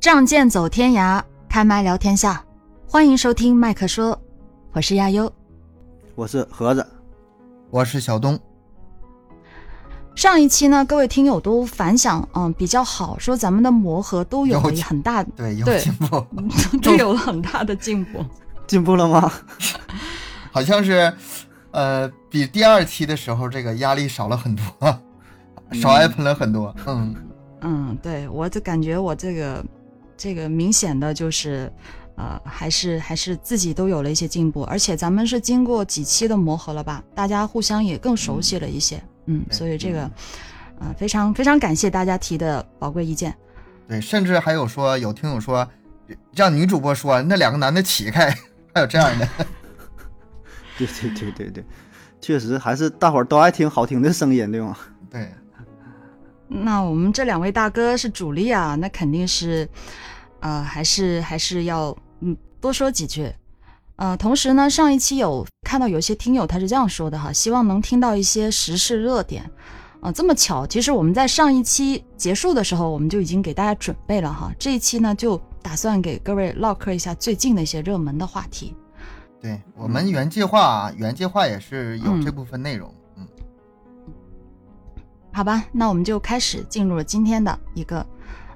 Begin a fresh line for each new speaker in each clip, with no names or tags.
仗剑走天涯，开麦聊天下，欢迎收听麦克说，我是亚优。
我是盒子，
我是小东。
上一期呢，各位听友都反响嗯比较好，说咱们的磨合都有了
有
很大，
对，有
对
进步，
都有了很大的进步。
进步了 吗？
好像是，呃，比第二期的时候这个压力少了很多，少挨喷了很多。嗯，
嗯，对我就感觉我这个这个明显的就是，呃，还是还是自己都有了一些进步，而且咱们是经过几期的磨合了吧，大家互相也更熟悉了一些，嗯，
对
所以这个，呃，非常非常感谢大家提的宝贵意见，
对，甚至还有说有听友说让女主播说那两个男的起开， 还有这样的。
对对对对对，确实还是大伙儿都爱听好听的声音，对吗？
对，
那我们这两位大哥是主力啊，那肯定是，呃，还是还是要嗯多说几句。呃，同时呢，上一期有看到有一些听友他是这样说的哈，希望能听到一些时事热点。啊、这么巧，其实我们在上一期结束的时候，我们就已经给大家准备了哈。这一期呢，就打算给各位唠嗑一下最近的一些热门的话题。
对我们原计划啊，原计划也是有这部分内容。嗯，
好吧，那我们就开始进入了今天的一个，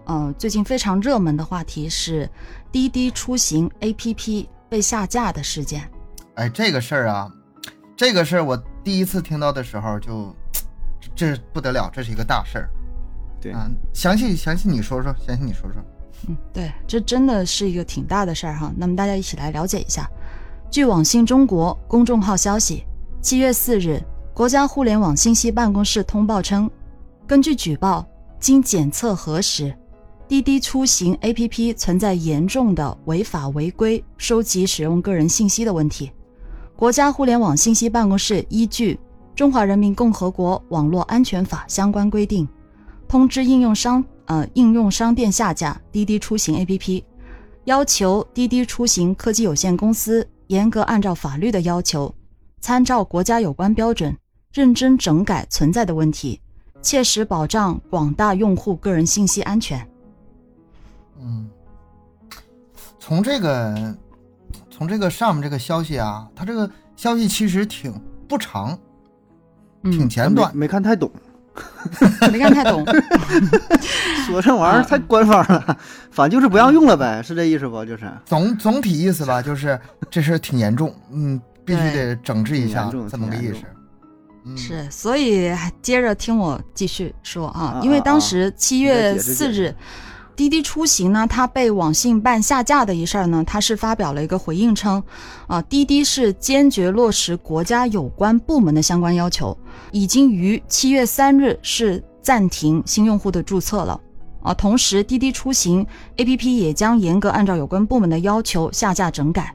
呃，最近非常热门的话题是滴滴出行 APP 被下架的事件。
哎，这个事儿啊，这个事儿我第一次听到的时候就，这这不得了，这是一个大事儿。
对，
啊，详细详细你说说，详细你说说。
嗯，对，这真的是一个挺大的事儿哈。那么大家一起来了解一下。据网信中国公众号消息，七月四日，国家互联网信息办公室通报称，根据举报，经检测核实，滴滴出行 APP 存在严重的违法违规收集使用个人信息的问题。国家互联网信息办公室依据《中华人民共和国网络安全法》相关规定，通知应用商呃应用商店下架滴滴出行 APP，要求滴滴出行科技有限公司严格按照法律的要求，参照国家有关标准，认真整改存在的问题，切实保障广大用户个人信息安全。
嗯，从这个从这个上面这个消息啊，它这个消息其实挺不长，挺
嗯，
简短。
没没看 太懂，
没嗯看太懂。
说这
啊
玩意儿太官方了， 反正就是不让用了呗，是这意思不？就是
总总体意思吧，就是这事儿挺严重，嗯，必须得整治一下
挺严，重
这么个
挺
意
严
思
重。
嗯，
是，所以还接着听我继续说啊
啊，
因为
啊
当
啊
时七
你再
月
解释
四
解释
日，滴滴出行呢，它被网信办下架的一事儿呢，它是发表了一个回应称，啊，滴滴是坚决落实国家有关部门的相关要求，已经于七月三日是暂停新用户的注册了。啊，同时滴滴出行 APP 也将严格按照有关部门的要求下架整改。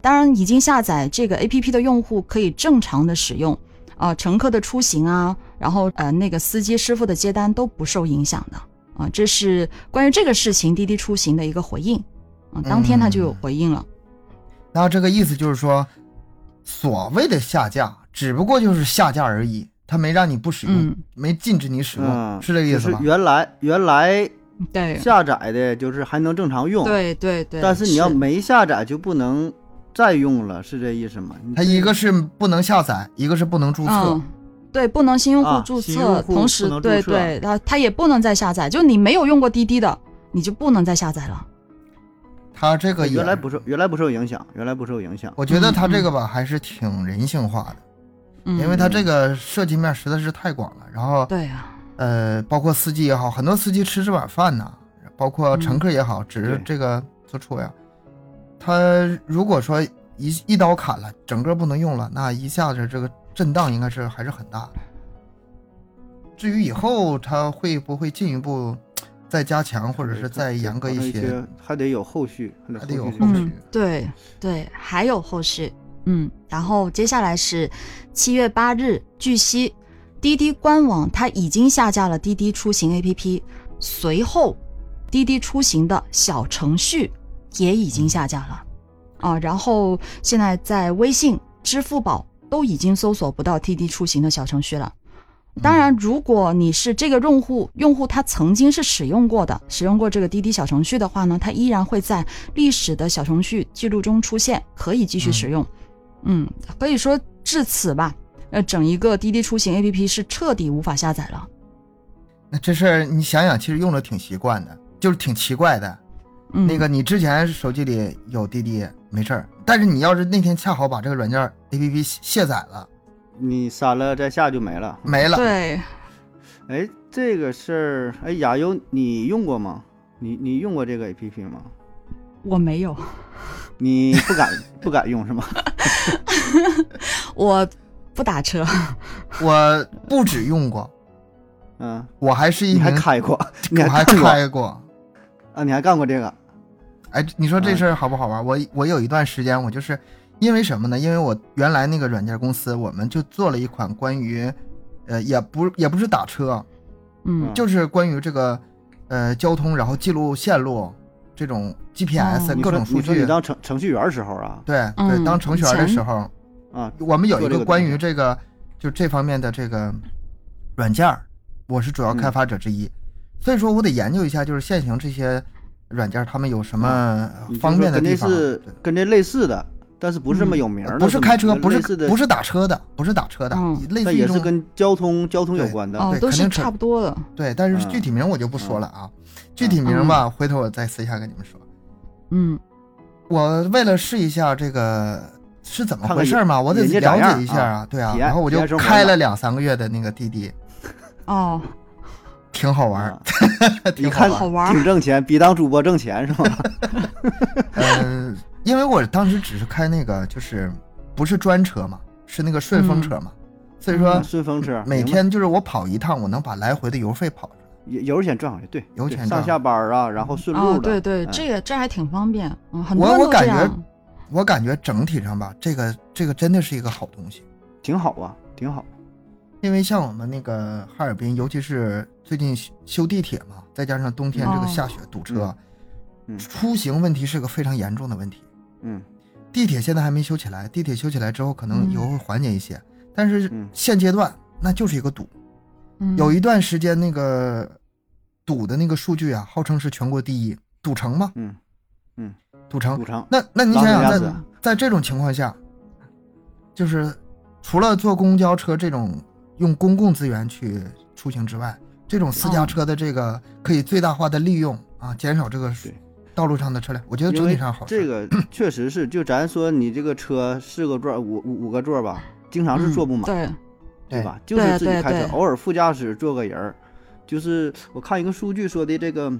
当然，已经下载这个 APP 的用户可以正常的使用，啊、乘客的出行啊，然后呃，那个司机师傅的接单都不受影响的啊、这是关于这个事情滴滴出行的一个回应啊、当天他就有回应了。
然后这个意思就是说，所谓的下架，只不过就是下架而已，它没让你不使用，
嗯
没禁止你使用，
嗯，
是这个意思
就是
吧？
原来原来
对
下载的，嗯就是还能正常用，
对对对。
但是你要没下载就不能再用了，是这意思吗？你
它一个是不能下载，一个是不能注册。
嗯对，不能新用户
啊
注
新
册，
用户
同
不
时
能注
对
册
对，他他也不能再下载，就你没有用过滴滴的，你就不能再下载了。
它这个也
原来不受原来不受影响，原来不受影响。
我觉得他
嗯
这个吧还是挺人性化的，
嗯，
因为他这个涉及面实在是太广了。然后，
对啊，
呃，包括司机也好，很多司机吃这碗饭呐，包括
嗯
乘客也好，只是
对
这个做错呀。他如果说一一刀砍了，整个不能用了，那一下子这个震荡应该是还是很大的。至于以后他会不会进一步再加强，或者是再严格一
一
些，，
还得有后续，
还得有
后续
后续
的事
嗯，对对，还有后续，嗯，然后接下来是七月八日，据悉，滴滴官网它已经下架了滴滴出行 APP，随后滴滴出行的小程序也已经下架了，
嗯
啊，然后现在在微信、支付宝都已经搜索不到滴滴出行的小程序了。当然，
嗯
如果你是这个用户，用户他曾经是使用过的，使用过这个滴滴小程序的话呢，它依然会在历史的小程序记录中出现，可以继续使用。嗯，可以说至此吧，呃，整一个滴滴出行 APP 是彻底无法下载了。
那这事儿你想想，其实用着挺习惯的，就是挺奇怪的。
嗯，
那个你之前手机里有滴滴没事儿，但是你要是那天恰好把这个软件 A P P 卸载了，
你删了再下就没了。
没
嗯
了，
对，
哎，这个事儿，哎，亚优，你用过吗？你你用过这个 APP 吗？
我没有，
你不敢不敢用是吗？
我不打车。
我不止用过，
嗯，
我还是一
你还
名，
开过，你
嗯我还
干过
开过。
啊？你还干过这个？
哎，你说这
嗯
事儿好不好玩？我我有一段时间，我就是因为什么呢？因为我原来那个软件公司，我们就做了一款关于，呃，也不也不是打车，
嗯
嗯
就是关于这个，呃，交通，然后记录线路这种 GPS、
哦
你
各
说
种数
你说
据
你。当程程序员儿时候啊
对
嗯
对，当程序员
以前
的时候，
啊，
我们有
做
一
这个
个关
东西
于这个就这方面的这个软件儿，我是
嗯
主要开发者之一，所以说我得研究一下，就是现行这些软件儿他们有什么
嗯你就
方
说
便的
跟
地
这
方。
是
对嗯
跟这类似的，但是不是这么有名儿的，
不是开车，不是
类似的，
不
是，
是打车的，不是打车的，
嗯
类似
但
于一
也是
种
跟交通交通有关的。
哦，
对
都
肯
是
定扯
差不多的。
对，但是
嗯
具体名我就不说了啊，具体名吧，回头我再私下跟你们说。
嗯
我为了试一下这个是怎么回事嘛，我得
人家咋
了
样
解一下啊，对啊，
体验
然后我就
体验生活
开
嘛
了两三个月的那个滴滴，
哦，
挺好玩儿
啊，，
挺
看
好
玩儿。
玩
挺
儿。
挣钱，比当主播挣钱是吧？
嗯，因为我当时只是开那个，就是不是专车嘛，是那个顺风车嘛，所以说
嗯
顺风车
每
嗯明白
天就是我跑一趟，我能把来回的油费跑出来。
油油钱赚回来，对，
油
对
钱赚
上
回
下班儿啊，然后顺路
哦，
的，
对对，
嗯
这个这还挺方便，嗯，很
我
多人
我
都
感
这
觉
样。
我感觉整体上吧，这个这个真的是一个好东西，
挺好啊，挺好。
因为像我们那个哈尔滨，尤其是最近修修地铁嘛，再加上冬天这
哦
个下雪堵车，
嗯嗯
出行问题是个非常严重的问题。
嗯，
地铁现在还没修起来，地铁修起来之后可能
嗯
以后会缓解一些，但是
嗯
现阶段那就是一个堵。
嗯
有一段时间那个堵的那个数据啊，号称是全国第一，堵城嘛，
嗯，
堵城
赌，城
那那你想
拉
想，
斯维加
在
斯
在这种情况下，就是除了坐公交车这种用公共资源去出行之外，这种
哦
私家车的这个可以最大化的利用啊，减少这个
对
道路上的车辆，我觉得
因
整体
为
上好事。
这个 确实是，就咱说你这个车四个座儿，五五五个座儿吧，经常是坐不满。
对，
对
嗯对
吧？就是自己
对
开车
对，
偶尔副驾驶坐个人儿。就是我看一个数据说的，这个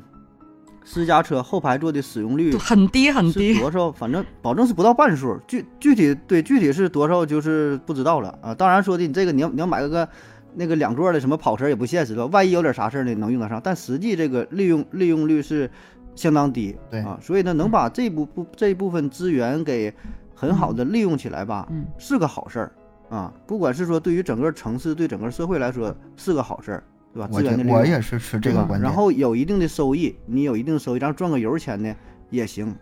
私家车后排座的使用率
都很低很
是
低。
多少？反正保证是不到半数。具具体对具体是多少就是不知道了啊。当然说的你这个你要你要买个个那个两座的什么跑车也不现实吧？万一有点啥事儿呢，能用得上。但实际这个利用利用率是相当低，
对
啊，所以呢
嗯
能把这部部这部分资源给很好的利用起来吧，
嗯
是个好事儿啊。不管是说对于整个城市、对整个社会来说是个好事儿，对吧？
我
资
觉
源的利用
我也是持这
对
个
吧？
观点。
然后有一定的收益，你有一定的收益，然后赚个油钱呢也行，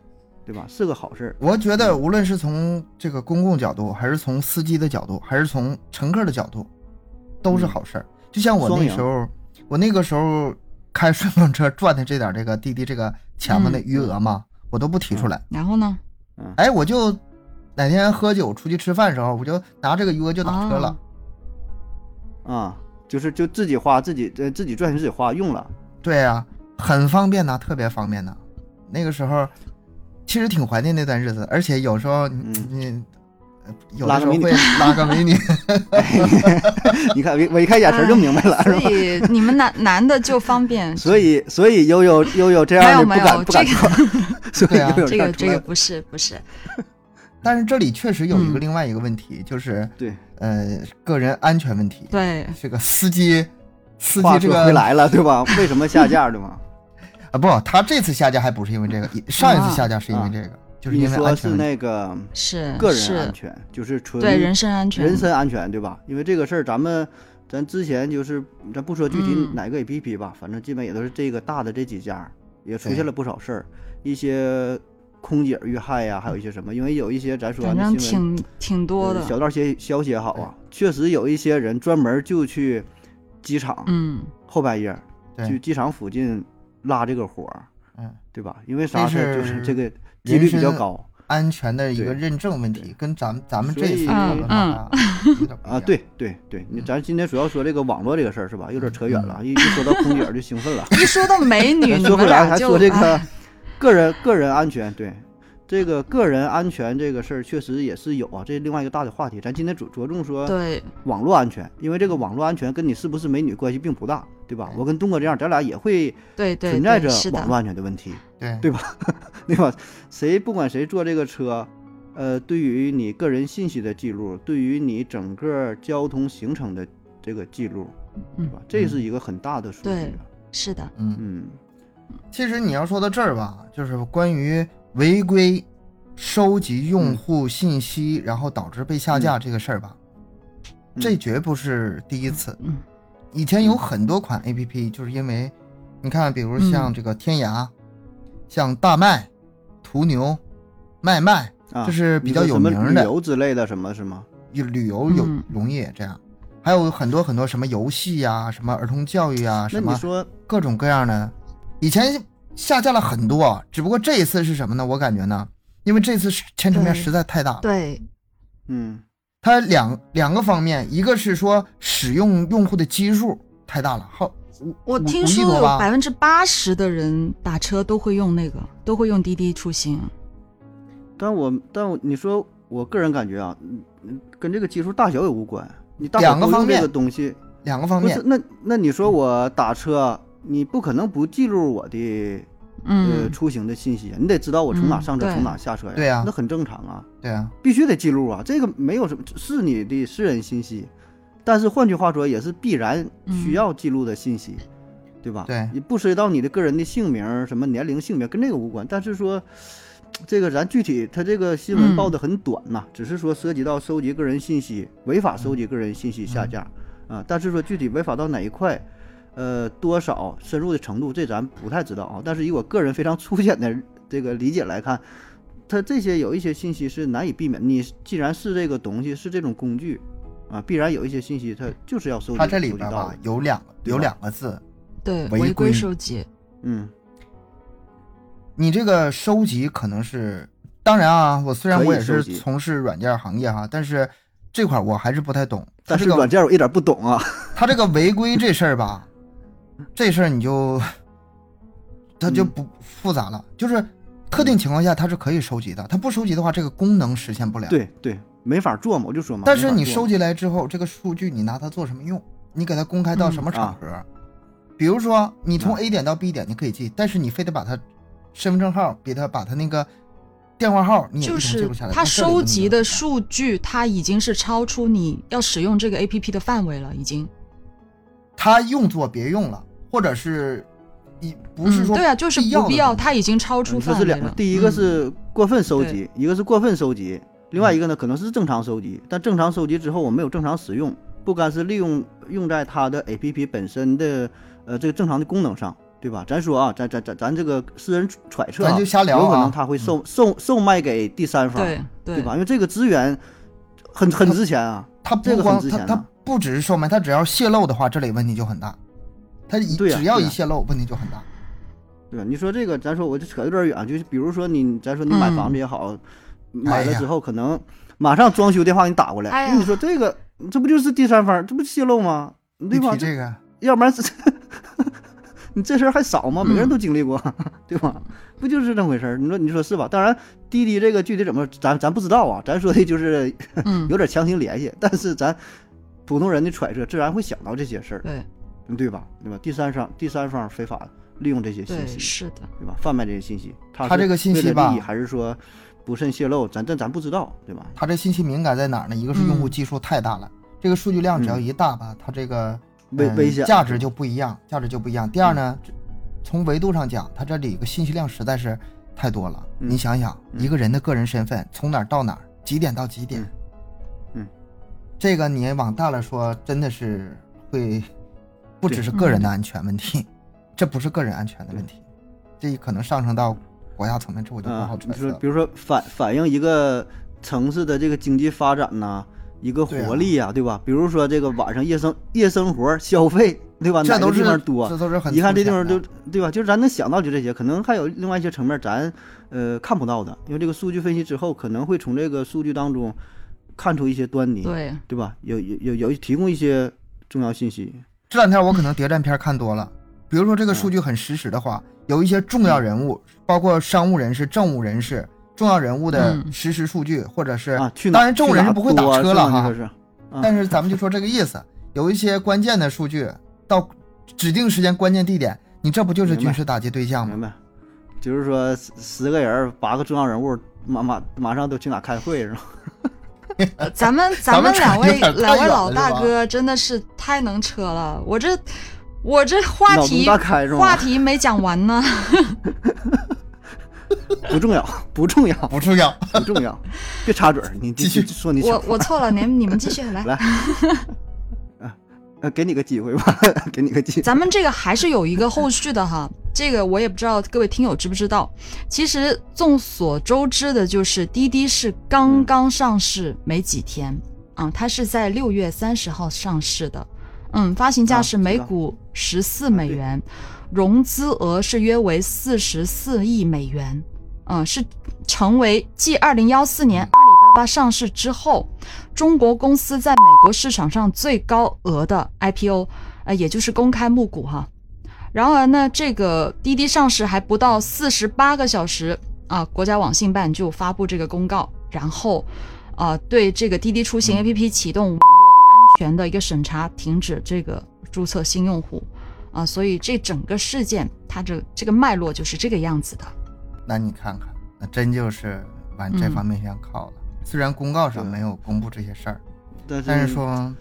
对吧？是个好事儿。
我觉得无论是从这个公共角度，还是从司机的角度，还是从乘客的角度，都是好事儿。就像我
双
那
赢
时候，我那个时候开顺风车赚的这点儿这个滴滴这个钱嘛的
嗯
余额嘛，我都不提出来。
然后呢？
哎，我就哪天喝酒出去吃饭的时候，我就拿这个余额就打车了。
啊
哦啊、就是就自己花自己呃自己赚钱自己花用了，
对呀、很方便呐、特别方便呐、那个时候其实挺怀念那段日子，而且有时候你、
嗯
你呃有
拉
的
个
时候
美女
会拉个美女。
你看我我一看眼神儿就明白了，是
哎所
吧？。
以 你们男男的就方便
所以所以悠悠悠悠这
没有
样的
没
不敢
有，
不
这
敢
个
做， 所以
对啊
悠悠
这
样
个
出
这
来
个
了
不是不是，
但是这里确实有一个
嗯
另外一个问题，就是
对
呃个人安全问题。
对，
这个司机，司机
话
这
说
个
回来了，对 吧？为什么下架对吗？
啊不，他这次下架还不是因为这个，上一次下架是因为这个，就
啊
是
你
因为
说
安全
是
问题。
那个
是
个人安
是，
全，就是纯
对人身安全，
人身安全，对吧？因为这个事儿，咱们咱之前就是咱不说具体
嗯
哪个 APP 吧，反正基本也都是这个大的这几家，也出
对
现了不少事儿，一些空姐遇害呀、还有一些什么，因为有一些咱说
反
那
正
新闻，
挺挺多
呃
的。
小道消息消息也好啊，确实有一些人专门就去机场
嗯，
后半夜
对
去机场附近拉这个火儿，
嗯，
对吧？因为啥
那
事儿就是是这个几率比较
身
高
安全的一个
对
认证问题，跟咱们咱们
所
这次
以嗯
讨论吧有点不一
啊。
样
对对对，
嗯
你咱今天主要说这个网络这个事儿是吧？有点扯远了，一一说到空姐儿就兴奋了。
一说到美女，嗯
咱
你
说
们
回来，
俩
还
就
说这个
哎
个人个人安全，对这个个人安全这个事儿，确实也是有啊，这是另外一个大的话题。咱今天着着重说
对，
网络安全，因为这个网络安全跟你是不是美女关系并不大，对吧？我跟东哥这样，咱俩也会
对对，
存在
对
着
是的
网络安全的问题，
对
对吧？对吧？谁不管谁坐这个车，呃，对于你个人信息的记录，对于你整个交通行程的这个记录，对
嗯
吧？这是一个很大的数据
对
啊。
是的，
嗯，
嗯，
其实你要说到这儿吧，就是关于违规收集用户信息，然后导致被下架这个事儿吧，
嗯
这绝不是第一次。
嗯
以前有很多款 A P P，就是因为你看，比
嗯
如像这个天涯、像大麦、途牛、麦麦，
啊，
这是比较
你说
有
什么
名儿
旅
的
游之类的什么是吗？
有旅游有
嗯
农业这样，还有很多很多什么游戏呀、什么儿童教育啊，
那
什
你
么
说，
各种各样的。以前下架了很多，只不过这一次是什么呢？我感觉呢，因为这次是牵扯面
对
实在太大了。
对，
嗯
它两两个方面，一个是说使用用户的基数太大了，好，五
我
五
听
五亿
说
多
有
吧
百分之八十的人打车都会用那个，都会用滴滴出行。，
但我但我你说，我个人感觉啊，嗯嗯跟这个基数大小也无关。你大小
两个
都
方
用
面
这个东西，
两个方
不
面
是，那那你说我打车，你不可能不记录我的呃
嗯，
出行的信息啊，你得知道我从哪
嗯
上车，
对
从哪下车呀，
对啊
那很正常啊，
对啊，
必须得记录啊，这个没有什么是你的私人信息，但是换句话说，也是必然需要记录的信息，
嗯
对吧？
对
也不涉及到你的个人的姓名、什么年龄、性别，跟这个无关。但是说，这个咱具体他这个新
嗯
闻报的很短呐、只是说涉及到收集个人信息、违法收集个人信息下架、
嗯
啊，但是说具体违法到哪一块。呃，多少深入的程度，这咱不太知道啊。但是以我个人非常粗浅的这个理解来看，它这些有一些信息是难以避免。你既然是这个东西，是这种工具，啊，必然有一些信息它就是要收集。
它这里
收集
边
到
吧
的
有两个
对吧
有两个字，
对，违
违规
规收集。
嗯，
你这个收集可能是，当然啊，我虽然
可以
我也是
收集
从事软件行业哈，但是这块儿我还是不太懂。它
但
这
是
个
软件我一点不懂啊。
他这个违规这事儿吧，这事儿你就，它就
嗯
不复杂了。就是特定情况下它是可以收集的，它不收集的话，这个功能实现不了。，
对对，没法做嘛，我就
啊
说嘛。
但是你收
集
集来之后，这个数据你拿它做什么用？你给它公开到
嗯
什么场合？比如说你从
嗯
A 点到 B 点，你可以记，但是你非得把它身份证号，比它把它那个电话号，你也
就
一同记
是
录下来。
它
那这里
收
就
集
没
的
有
数据，它已经是超出你要使用这个 A P P 的范围了，已经。
它用作别用了，或者是一不是
嗯
说
对啊，就是不必
的
要，
东西
它已经超出
啊你说
范
是
围
两个
了，。
第一个
嗯
是过分收集，一个是过分收集，另外一个呢可能是正常收集，但正常收集之后我没有正常使用，不该是利用用在它的 APP 本身的呃这个正常的功能上。对吧？咱说啊，咱咱咱咱这个私人揣测、啊，
咱就瞎聊啊
有可能它会售、售售卖给第三方，
对
对吧？因为这个资源很很值钱啊。
它
这
不
个
光
很值
它
钱
它
的
不只是售卖，它只要泄露的话，这里问题就很大。它一、
对呀啊
只要
对
一
呀
泄露，问题就很大。
对吧？你说这个，咱说我就扯有点远，就是比如说你，咱说你买
嗯
房子也好，买了之后可能马上装修电话给你打过来，
哎哎呀
你说这个这不就是第三方，这不泄露吗？对吧？
你提这个，
要不然 这你这事儿还少吗？
嗯
每个人都经历过， 对吧？不就是这么回事儿？你说你说是吧？当然，滴滴这个具体怎么咱咱不知道啊，咱说的就是
嗯，
有点强行联系，但是咱普通人的揣测自然会想到这些事儿，
对
对吧？对吧？第三方第三方非法利用这些信
对
息，
是的，
对吧？贩卖这些信息，他
他
是
这个信息
为了
吧
利益还是说不慎泄露，咱这咱不知道，对吧？
它这信息敏感在哪儿呢？一个是用户
嗯
基数太大了，这个数据量只要
嗯
一大吧，它这个
危
嗯
危险嗯
价值就不一样，价值就不一样。第二呢，从维度上讲，它这里一个信息量实在是太多了。
嗯
你想想，
嗯
一个人的个人身份从哪儿到哪儿，几点到几点，
嗯嗯
这个你往大了说，真的是会不只是个
嗯
人的安全问题， 这不是个人安全的问题，这可能上升到国家层面，这我就不
啊
好
你
揣测
说
了。
比如说反反映一个城市的这个经济发展呐、一个
对啊
活力呀、对吧？比如说这个晚上夜生夜生活消费，对吧？
这
哪
都
个
是
地方多？
这都是很
一看这地方
粗
就
浅的
对吧？就是咱能想到就这些，可能还有另外一些层面咱呃看不到的，因为这个数据分析之后，可能会从这个数据当中看出一些端倪，
对，
对吧？有有有有提供一些重要信息，
这两天我可能谍战片看多了，比如说这个数据很实时的话，有一些重要人物，包括商务人士、政务人士、重要人物的
嗯
实时数据，或者是
啊，去哪
当然政务人士不会打车了哈
这，是啊
但是咱们就说这个意思，有一些关键的数据到指定时间、关键地点，你这不就是
明白
军事打击对象
明
吗？
白？就是说十十个人儿八个重要人物，马马马上都去哪开会是吧？
咱 们
咱们
们两位
扯得有点
两
太
位
远
老
了
大
是吧
哥真的是太能扯了，我这我这话
脑洞
题
大开是吗
话题没讲完呢。
不重要，不重要，
不重要，
不重要，别插嘴儿，你
继续
说 你
我
想
我错了，你们你们继续来。
来，啊呃，给你个机会吧， 给你个机会。
咱们这个还是有一个后续的哈，这个我也不知道各位听友知不知道。其实众所周知的就是滴滴是刚
嗯
刚上市没几天啊、它是在六月三十号上市的，嗯，发行价
啊
是每
知道啊
股十四美元，融资额是约为四十四亿美元，嗯、是成为继二零幺四年阿里巴巴上市之后，中国公司在美国市场上最高额的 IPO，呃，也就是公开募股哈。然而呢，这个滴滴上市还不到四十八个小时啊，国家网信办就发布这个公告，然后啊，对这个滴滴出
嗯
行 APP 启动网络安全的一个审查，停止这个注册新用户啊，所以这整个事件它这这个脉络就是这个样子的。
那你看看，那真就是往这方面上靠了。虽然公告上
对
没有公布这些事儿，
但是
但是说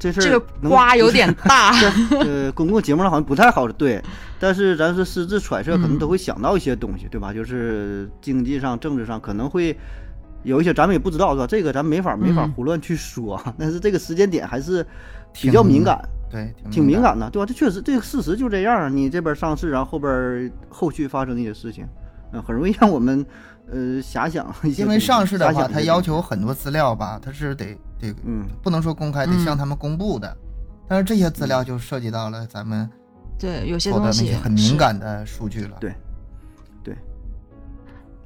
这事儿
这个
能
瓜有点 大，
啊
在呃公共节目上好像不太好对，但是咱是私自揣测，可能
嗯
都会想到一些东西，对吧？就是经济上、政治上可能会有一些咱们也不知道，是吧？这个咱没法没法
嗯
胡乱去说， 但是这个时间点还是比较
挺
敏感，
对，
挺敏
感。
感的，对吧？这确实这个事实就这样啊，你这边上市，然后后边后续发生的一些事情，嗯，很容易让我们呃遐想一些东西。
因为上市的
遐想
话，
一些
它要
东西
求很多资料吧，它是得得
嗯。嗯
不能说公开，得
嗯
向他们公布的。但是这些资料就涉及到了咱们
对，有些
说的那
东西
些很
是
敏感的数据了。
对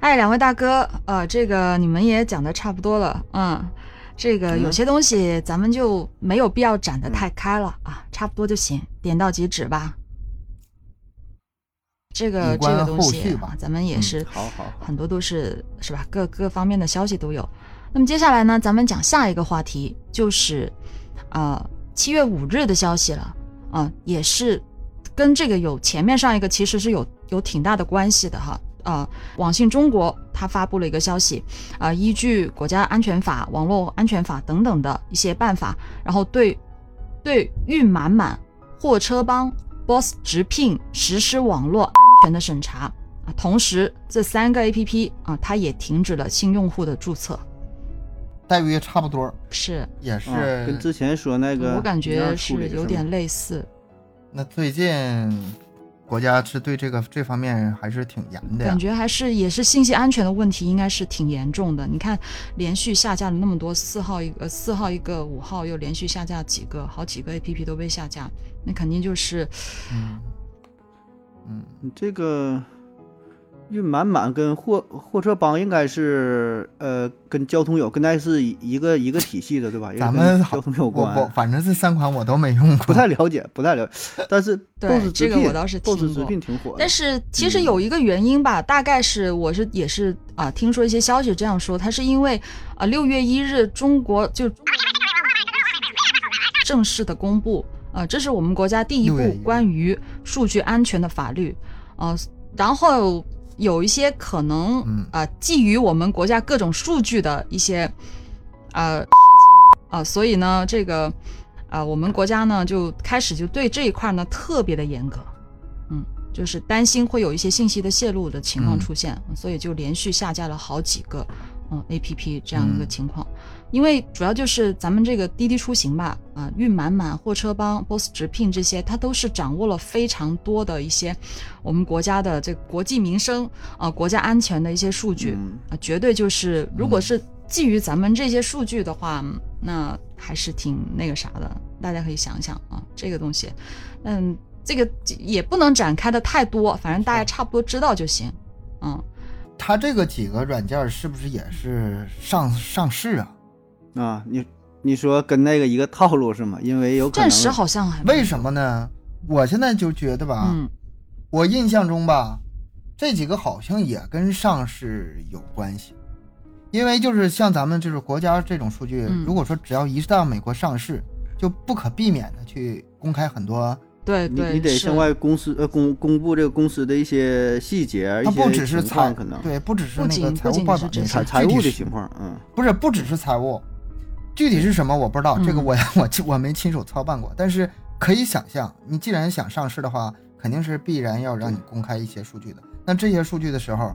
哎，两位大哥，呃，这个你们也讲的差不多了，嗯，这个
嗯
有些东西咱们就没有必要展得
嗯
太开了、啊，差不多就行，点到即止吧。这个
有
这
关
个东
后
西
续
啊
吧，
咱们也
嗯
是、
好好好
很多都是是吧？各各方面的消息都有。那么接下来呢，咱们讲下一个话题，就是啊七、月五日的消息了啊、也是跟这个有前面上一个其实是有有挺大的关系的哈。啊、网信中国它发布了一个消息，啊、依据国家安全法、网络安全法等等的一些办法，然后对对运满满、货车帮、Boss 直聘实施网络安全的审查啊。同时，这三个 APP 啊，它也停止了新用户的注册。
待遇差不多，
是
也是、
啊跟之前说那个，
我感觉是有点
累。
类似，
那最近国家是对这个这方面还是挺严的呀
感。觉还是也是信息安全的问题，应该是挺严重的。你看，连续下架了那么多，四号一个，呃四号一个，五号又连续下架几个，好几个 APP 都被下架，那肯定就是
嗯嗯，
你这个运满满跟货货车帮应该是呃跟交通有，跟那是一个一个体系的，对吧？也
咱
跟
们好
交通有
我我
关，
反正这三款我都没用过，
不太了解，不太了 解。但是
对
BOSS 直
这个
聘
我倒是听
，BOSS 直
过
聘挺火的，
但是其实
嗯
有一个原因吧，大概是我是也是啊、听说一些消息这样说，它是因为啊六、6月一日中国就中国人民政府正式的公布，啊，这是我们国家第一
6月
部
1日
关于数据安全的法律，啊，然后有一些可能
嗯
啊、基于我们国家各种数据的一些啊、事情啊、所以呢这个啊、我们国家呢就开始就对这一块呢特别的严格。嗯，就是担心会有一些信息的泄露的情况
嗯
出现，所以就连续下架了好几个嗯 A P P 这样一个
嗯
情况。因为主要就是咱们这个滴滴出行吧，啊，运满满、货车帮、Boss 直聘这些，它都是掌握了非常多的一些我们国家的这个国计民生啊、国家安全的一些数据。
嗯
啊，绝对就是，如果是基于咱们这些数据的话，那还是挺那个啥的，大家可以想想啊，这个东西，嗯，这个也不能展开的太多，反正大家差不多知道就行，嗯，
它这个几个软件是不是也是上上市啊？
啊，你你说跟那个一个套路是吗？因为有可
暂
能
时好像还没
为什么呢？我现在就觉得吧，
啊
嗯，
我印象中吧，这几个好像也跟上市有关系，因为就是像咱们这种国家这种数据，
嗯
如果说只要一到美国上市，就不可避免的去公开很多，
对
你
对，
你得
是
向外公司呃公公布这个公司的一些细节，
它
一些
不只是
情
财
况可能
对，不只是
不
那个
仅
财
不
务
仅
报
是
表
这
那
些
财
个
财
具体
务的
是
情况，嗯
不是不只是财务，具体是什么我不知道，
嗯
这个我 我我没亲手操办过，但是可以想象，你既然想上市的话，肯定是必然要让你公开一些数据的。那这些数据的时候，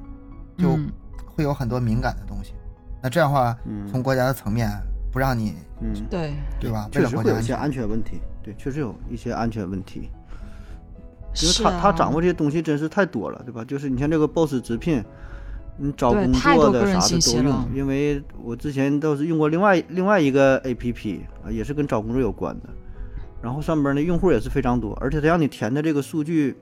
就
嗯
会有很多敏感的东西。那这样的话，从
嗯
国家的层面不让你，
嗯，
对，
对吧？为
确
了
实
国
会
家
有一
安
些
全，
安全问题，对，确实有一些安全问题，因为
是
他、
啊
他掌握这些东西真是太多了，对吧？就是你像这个 boss 直聘，你找
对
工
太
作
多个
的
人
啥
信
的
息
都
了
用，因为我之前倒是用过另外另外一个 APP 啊，也是跟找工作有关的，然后上边呢用户也是非常多，而且他让你填的这个数据。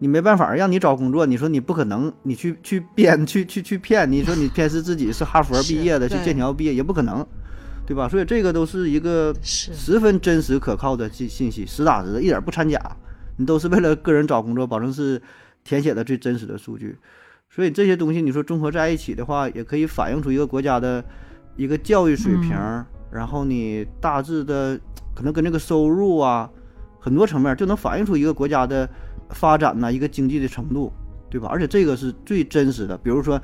你没办法让你找工作，你说你不可能，你去去编去去去骗，你说你 偏是自己是哈佛
是
毕业的，是
对
剑桥毕业也不可能，对吧？所以这个都是一个
是
十分真实可靠的信信息，实打实的，一点不掺假。你都是为了个人找工作，保证是填写的最真实的数据。所以这些东西，你说综合在一起的话，也可以反映出一个国家的一个教育水平，然后你大致的可能跟这个收入啊，很多层面就能反映出一个国家的发展呐、一个经济的程度，对吧？而且这个是最真实的。比如说，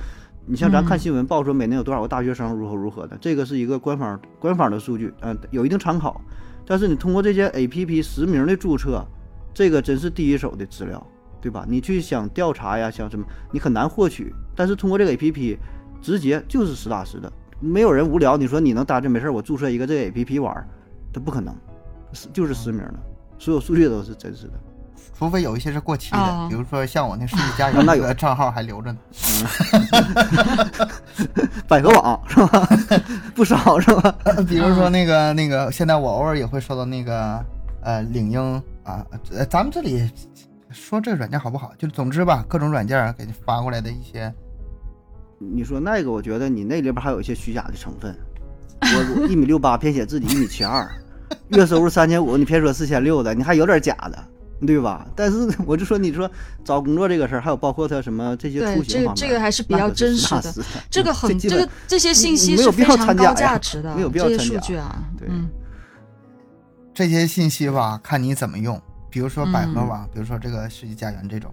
你像咱看
嗯
新闻报说每年有多少个大学生如何如何的，这个是一个官方官方的数据，嗯、有一定参考。但是你通过这些 A P P 实名的注册，这个真是第一手的资料，对吧？你去想调查呀，想什么，你很难获取。但是通过这个 A P P，直接就是实打实的，没有人无聊。你说你能搭着没事儿，我注册一个这个 A P P 玩儿，它不可能，是就是实名的，所有数据都是真实的。
除非有一些是过期
哦
的，比如说像我那世纪佳缘
那
那
有
个账号还 留着呢。
百合网是吧？ 不少是吧？
比如说那个那个，现在我偶尔也会收到那个呃领英啊，呃咱们这里说这个软件好不好？就总之吧，各种软件给你发过来的一些，
你说那个，我觉得你那里边还有一些虚假的成分。 我我一米六八，偏写自己一米七二，月收入三千五，你偏说四千六的，你还有点假的，对吧？但是我就说，你说找工作这个事儿，还有包括他什么这些
对
出
这
行
个
方面，
这个还是比
那
较
可
真
实
实
打
的
实
这 个很
基
这
本
个这些信息
没有
是
必
非
要
常
掺假
高
呀
价值的，
没有必要
这些
掺
数
假
据啊，
对
嗯
这些信息吧，看你怎么用。比如说百合网，比如说这个世纪佳缘这种，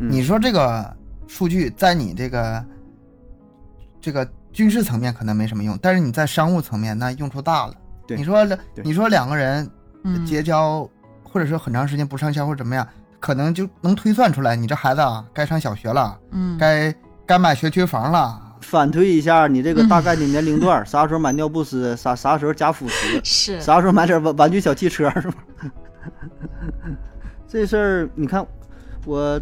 嗯
你说这个数据在你这个这个军事层面可能没什么用，但是你在商务层面那用处大了。
对
你说
对
你说两个人
嗯，
结交，或者说很长时间不上校或者怎么样，可能就能推算出来，你这孩子啊，该上小学了，
嗯
该该买学区房了，
反推一下你
嗯
这个大概的年龄段儿，啥时候买尿不湿，啥啥时候加辅食，
是
啥时候买点玩玩具小汽车是吧？ 这事儿你看，我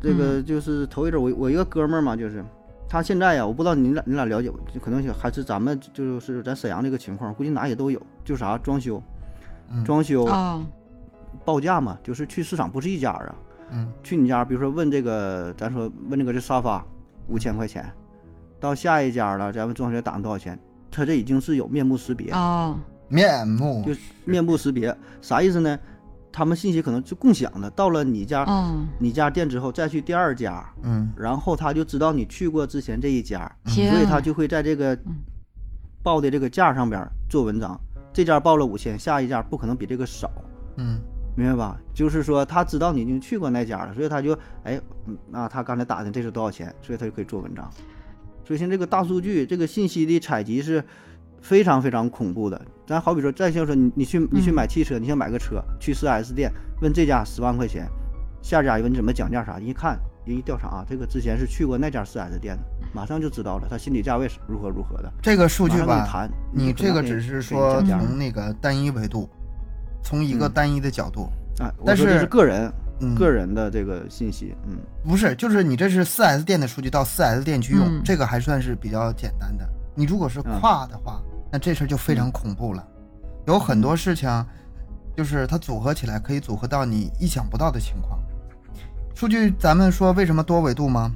这个就是头一阵儿，我我一个哥们儿嘛，就是他现在呀，我不知道你俩你俩了解，就可能还是咱们就是咱沈阳这个情况，估计哪也都有，就啥装修
嗯，
装修
哦，
报价嘛，就是去市场不是一家儿啊，
嗯，
去你家，比如说问这个，咱说问这个这沙发五千块钱，到下一家了，咱们装修打上多少钱？他这已经是有面部识别，
哦，
面目
就是面部识别，啥意思呢？他们信息可能是共享的，到了你家、
哦，
你家店之后，再去第二家，
嗯
然后他就知道你去过之前这一家，
天啊，
所以他就会在这个
嗯
报的这个价上边儿做文章。这家报了五千，下一家不可能比这个少，
嗯，
明白吧？就是说他知道你已经去过那家了，所以他就哎，嗯那他刚才打听这是多少钱，所以他就可以做文章。所以现在这个大数据、这个信息的采集是非常非常恐怖的。咱好比说，再像说你你去你去
嗯
买汽车，你想买个车，去 4S 店问这家十万块钱，下家一问你怎么讲价啥，一看人一调查啊，这个之前是去过那家 4S 店的，马上就知道了他心理价位是如何如何的。
这个
马
数据
上跟你
吧，
谈，
你
可
这
能
个
可以
只是
可以
说
讲价
从那个单一维度，从一个
嗯
单一的角度，
啊，我
但
说这
是
是个人
嗯，
个人的这个信息，嗯。
不是，就是你这是四 S 店的数据到四 S 店去用，
嗯
嗯
这个还算是比较简单的。你如果是跨的话，那这事儿就非常恐怖了。有
嗯
很多事情，就是它组合起来可以组合到你意想不到的情况。数据，咱们说为什么多维度吗？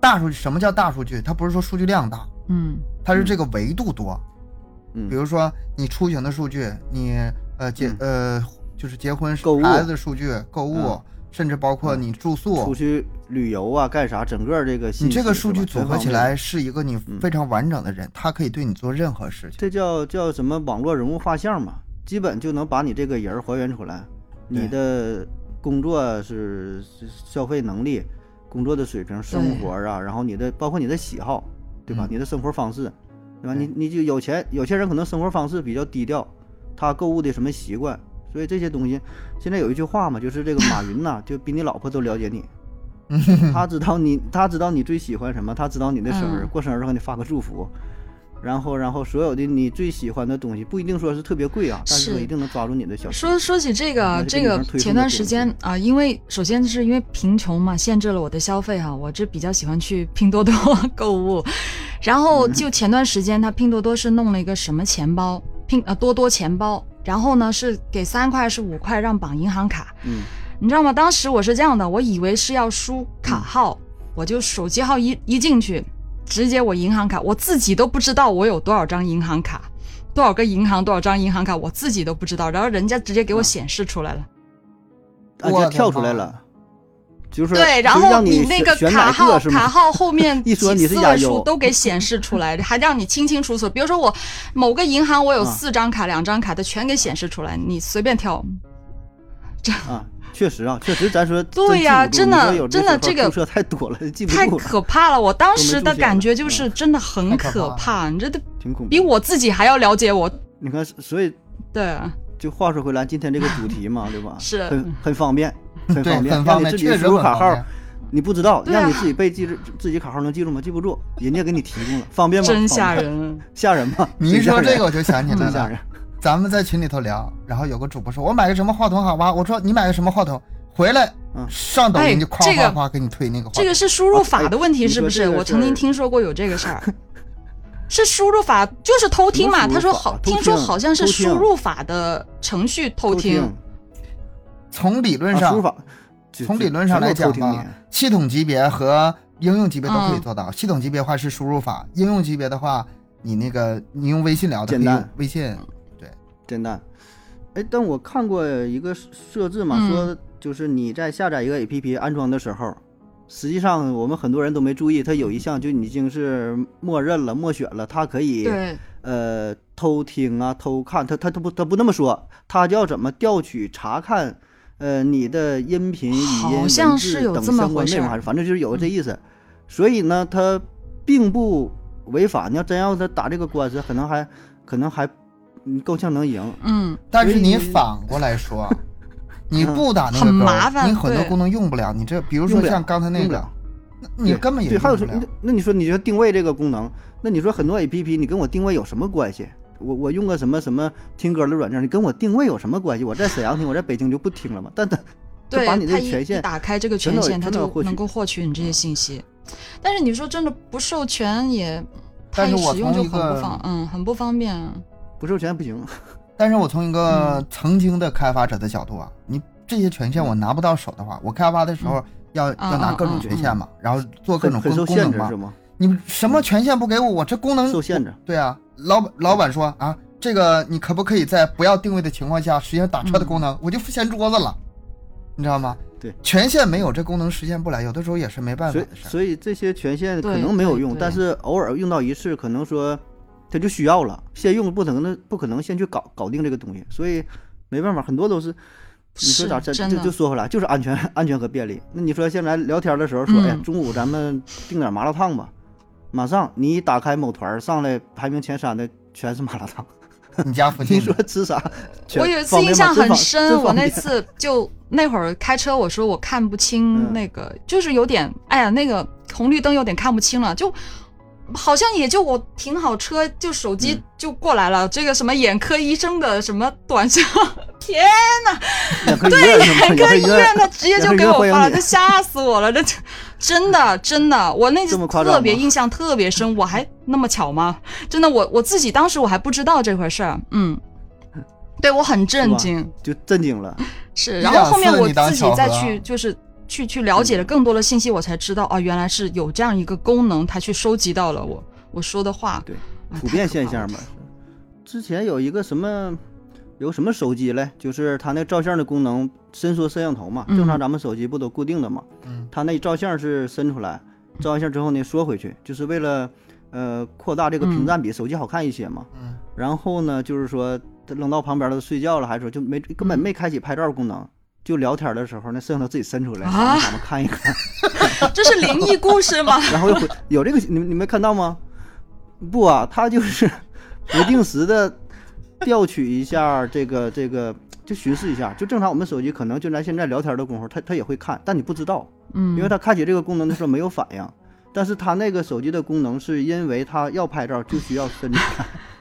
大数据，什么叫大数据？它不是说数据量大，
嗯
它是这个维度多。
嗯嗯
比如说你出行的数据，你呃结呃就是结婚
购物
孩子的数据、购物
嗯，
甚至包括你住
出
宿，
去旅游啊，干啥？整个这个信
你
息
这个数据
是吧
组合
全方
起，
面
来是一个你
嗯
非常完整的人，他可以对你做任何事情。
这叫叫什么网络人物画像嘛，基本就能把你这个人儿还原出来。
对
你的工作是是消费能力、工作的水平、生活啊，然后你的包括你的喜好，对吧？
嗯
你的生活方式，对吧？
对
你你就有钱，有些人可能生活方式比较低调，他购物的什么习惯，所以这些东西，现在有一句话嘛，就是这个马云呐、就比你老婆都了 解你。他知道你，他知道你最喜欢什么，他知道你的生日，
嗯
过生日给你发个祝福，然后然后所有的你最喜欢的东西，不一定说是特别贵啊，但是说
是
一定能抓住你的小心。
说说起这个啊
那，这
这
个女
个
生推送
前
的
段
点
时间
是
啊，因为首先是因为贫穷嘛，限制了我的消费哈、我这比较喜欢去拼多多 购物，然
嗯
后就前段时间他拼多多是弄了一个什么钱包，拼呃多多钱包，然后呢是给三块是五块让绑银行卡，
嗯
你知道吗？当时我是这样的，我以为是要输
嗯
卡号，我就手机号一一进去，直接我银行卡，我自己都不知道我有多少张银行卡，多少个银行，多少张银行卡，我自己都不知道。然后人家直接给我显示出来了，
啊，
我
就
的
跳出来
妈
了，就是
对，然
就是
后
让你
那
选
个
选
卡
哪
号
个是吗
卡号后面 几
一说
四
你是亚
位数
优，
都给显示出来， 还让你清清楚楚。比如说我某个银行我有
啊
四张卡、两张卡的全给显示出来，你随便 挑。
啊，确实啊，确实，咱说
对呀
真
真的
记不住你说有
真的
时候
这个
注册太多了，记不
太
住了，
可怕了！我当
都没
时
出
的
现
感
了嗯
觉就是真的很
太可
可
怕
怕，你这都
挺恐怖。
比我自己还要了解我。
你看，所以
对，啊
就话说回来，今天这个主题 嘛，对吧？
是
很很 方便，很
对，
方便，
很方
让
便，
你自己
确实
输入
很
卡
方
号
便。。
你不知道，
对啊
让你自己背记住自己卡号能记住吗？记不住，人家给你提供了，方便吗？
真吓
方便，
人。哦
吓人吗？
你一
真吓
说
人
这个，我就想起来
真吓
了
人。。
咱们在群里头聊，然后有个主播说：“我买个什么话筒好吧？”我说：“你买个什么话筒？”回来
嗯
上抖音就夸
哎这
夸
个
夸给你推那个话筒
这。个是输入法的问
哎
题，
你
是不
说
是？
这个
我曾经
事儿
听说过有这个事 儿，是输入法，就是偷听嘛。
什么输
他说
入法
好，
偷
听说
听
好像是
偷听
输入法的程序偷
偷听
听。，
从理论
啊输
上
入，法，就
从
就
理论上来
全
讲
都偷听
吧
你，
系统级别和应用级别都可以
嗯
做到。系统级别的话是输入法，应用级别的话，你那个你用微信聊的，可
简
以
单
用微信。
真的。哎，但我看过一个设置嘛，
嗯
说就是你在下载一个 APP 安装的时候，实际上我们很多人都没注意，它有一项就已经是默认了、默选了，它可以
对，
呃偷听啊、偷看，它它它不它不那么说，它叫怎么调取、查看，呃你的音频、语
好
音、文
像
字
是有
等
这么
相关
回
内
事
容，
儿嗯
还是反正就是有这意思。所以呢，它并不违法。你要真要他打这个官司，可能还可能还嗯够呛能赢。
嗯，
但是你
所以
反过来
嗯
说， 你不打那个
很
勾
麻烦
你很多
对
功能用不了。你这比如
用
说
不了
像刚才那
用不
个
了，
你
对
根嗯本也
对，
用
还
不
有什
了
那。那你说你说定位这个功能，那你说很多 A P P 你跟我定位有什么关系？我我用个什么什么听歌的软件，你跟我定位有什么关系？我在沈阳听，我在北京就不听了嘛。但它就
对，
把你
他
这
一
权
一
限
打开这个
全
权
都有
限，他
全都有
就
获取
能够获取你这些信息。但是你说真的不授权也，它
但是
一
我
使用
从
就
一
很
个
不方，嗯，很不方便。
不授权不行。
但是我从一
嗯
个曾经的开发者的角度啊，你这些权限我拿不到手的话，我开发的时候要、
嗯
要拿
嗯
各种
嗯
权限嘛，然后做各种
很
功
受
功
限
能
制
嘛
是。吗？
你什么权限不给我，我这功能
受限制。
对啊，老板老板说啊，这个你可不可以在不要定位的情况下实现打车的功能？我就掀桌子了，你知道吗？
嗯对，
权限没有这功能实现不了，有的时候也是没办法
所以
的事儿。
所以这些权限可
对
能没有
对
用，
对
但是偶尔用到一次，可能说他就需要了，先用不可能不可能先去搞搞定这个东西，所以没办法，很多都是。你说
是
咋真
真
就
的
就说回来，就是安全、 安全和便利。那你说现在聊天的时候说，哎呀
嗯，
中午咱们订点麻辣烫吧，马上你一打开某团儿上来排名前三的全是麻辣烫，
你家附
你
近
说吃啥？
嗯
全
我有一次
方
印
便吗
象
真
很
方
深，
真
我
方
那
便
次就那会儿开车，我说我看不清
嗯
那个，就是有点，哎呀，那个红绿灯有点看不清了，就好像也就我停好车，就手机
嗯
就过来了，这个什么眼科医生的什么短 信，天，
眼 科医院是吗？
眼科医
医
院他直接就给我发了，这
这
吓死我了，这真的真的，我那次
这么夸张吗
特别印象特别深，我还那么巧吗？真的，我我自己当时我还不知道这回事儿， 嗯，对我很震惊，
就震惊了。
是。
一
然后后面
两次
我
你当
自己
巧合
再
啊嗯
去就是去去了解了更多的信息，我才知道啊，原来是有这样一个功能，它去收集到了我我说的话，
对
啊，
普
太
遍
可
现
怕了
象嘛。之前有一个什么，有什么手机嘞，就是它那照相的功能，伸缩摄像头嘛。正常
嗯
咱们手机不都固定的嘛？
嗯，
它那照相是伸出来，照完相之后呢缩回去，就是为了呃扩大这个屏
嗯
占比，手机好看一些嘛。
嗯，
然后呢，就是说它扔到旁边了，睡觉了还是说就没根本
嗯
没开启拍照功能，就聊天的时候那摄像头自己伸出来，
啊
咱们看一看。
这是灵异故事吗？
然后又回有这个你们你们看到吗？不啊，他就是 不定时的调取一下这个这个，就巡视一下。就正常我们手机可能就咱现在聊天的功夫，他他也会看，但你不知道，
嗯，
因为他开启这个功能的时候没有反应。但是他那个手机的功能是因为他要拍照就需要伸出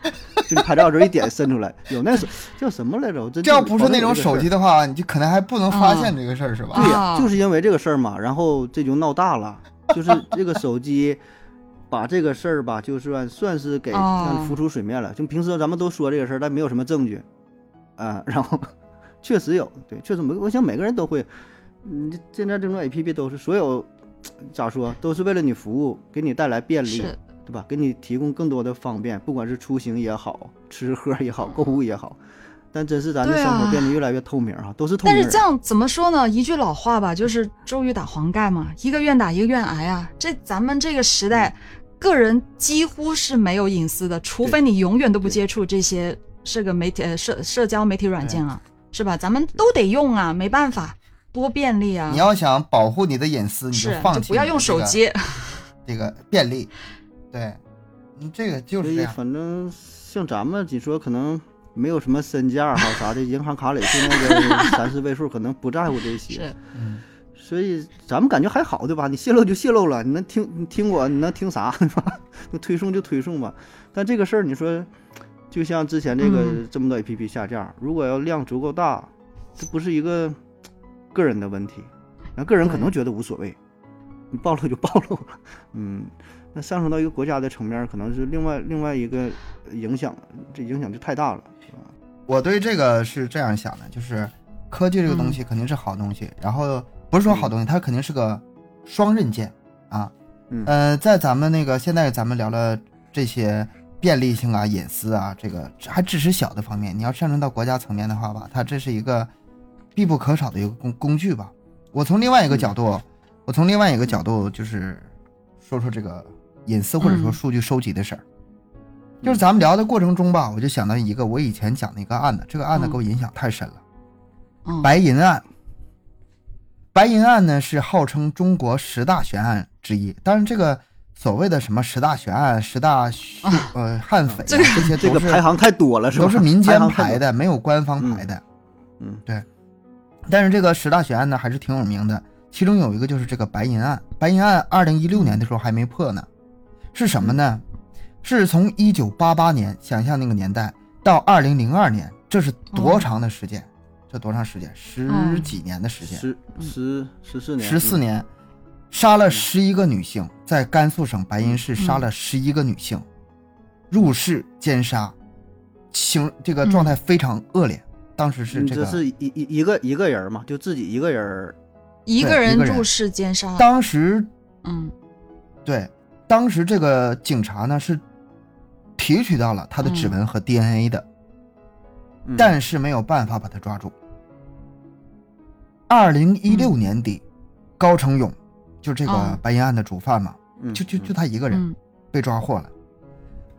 来，就 是拍照的时候一点伸出来，有那手叫什么来着？我真
这要
记
不是那种
好像有这个事儿嗯
手机的话，你就可能还不能发现这个事儿，是
啊
吧？
对呀、
啊
就是因为这个事儿嘛，然后这就闹 大了，就是这个手机把这个事儿吧，就算算是给
哦
让浮出水面了。就平时咱们都说这个事儿，但没有什么证据，啊，然后确实有，对，确实每我想每个人都会，你这现在这种 A P P 都是所有咋说，都是为了你服务，给你带来便利。
嗯是
对吧？给你提供更多的方便，不管是出行也好，吃喝也好，购物也好，但真是咱的
哦对
生活
啊
变得越来越透明啊，都是透明
但
人。
是这样怎么说呢？一句老话吧，就是周瑜打黄盖嘛，一个愿打一个愿挨啊。这咱们这个时代，
嗯
个人几乎是没有隐私的，除非你永远都不接触这些社个媒体呃社社交媒体软件啊，是吧？咱们都得用啊，没办法，多便利啊
你。要想保护你的隐私，你
是，
放
就
弃
不要
你的
用
这
手
个
机。
这个便利，对，嗯，这个就
所
是这
以
样。
反正像咱们，你说可能没有什么身价哈啥的，银行卡里就那个 三四位数，可能不在乎这些
是。
嗯，
所以咱们感觉还好，对吧？你泄露就泄露了，你能听你听我，你能听啥是吧？ 你推送就推送吧。但这个事儿，你说，就像之前这个
嗯
这么多 APP 下架，如果要量足够大，这不是一个个人的问题，那个人可能觉得无所谓，你暴露就暴露了， 嗯。那上升到一个国家的层面，可能是另外另外一个影响，这影响就太大了。
我对这个是这样想的，就是科技这个东西肯定是好东西，然后不是说好东西，它肯定是个双刃剑啊。
嗯
呃，在咱们那个现在咱们聊了这些便利性啊、隐私啊，这个还只是小的方面。你要上升到国家层面的话吧，它这是一个必不可少的一个工工具吧。我从另外一个角度，我从另外一个角度就是说说这个隐私或者说
嗯
数据收集的事儿。就是咱们聊的过程中吧，我就想到一个我以前讲的一个案子，这个案子
嗯
给我影响太深了。
嗯，
白银案，白银案呢是号称中国十大悬案之一，当然这个所谓的什么十大悬案、十大蓄呃悍匪啊，
这个
些
这
都
个
是
排行太多了，是吧？
都是民间
行太
排
多，
的，没有官方排的。
嗯，
但是这个十大悬案呢还是挺有名的，其中有一个就是这个白银案。白银案二零一六年的时候还没破呢，是什么呢？是从一九八八年，想象那个年代到二零零二年，这是多长的时间？这多长时间？十
嗯
几年的时间，
十十十四年，嗯
十四年，杀了十一个女性，在甘肃省白银市
嗯
杀了十一个女性，入室奸杀，形这个状态非常恶劣。当时是
嗯
这个，
是一一一个一个人儿嘛，就自己一个人儿，
一
对
个人
一个人
入室奸杀。
当时
嗯
对，当时这个警察呢是提取到了他的指纹和 DNA 的，
嗯
但是没有办法把他抓住。二零一
嗯
六年底，高成勇就这个
哦
白银案的主犯嘛，
嗯
就就
嗯
就他一个人
嗯
被抓获了。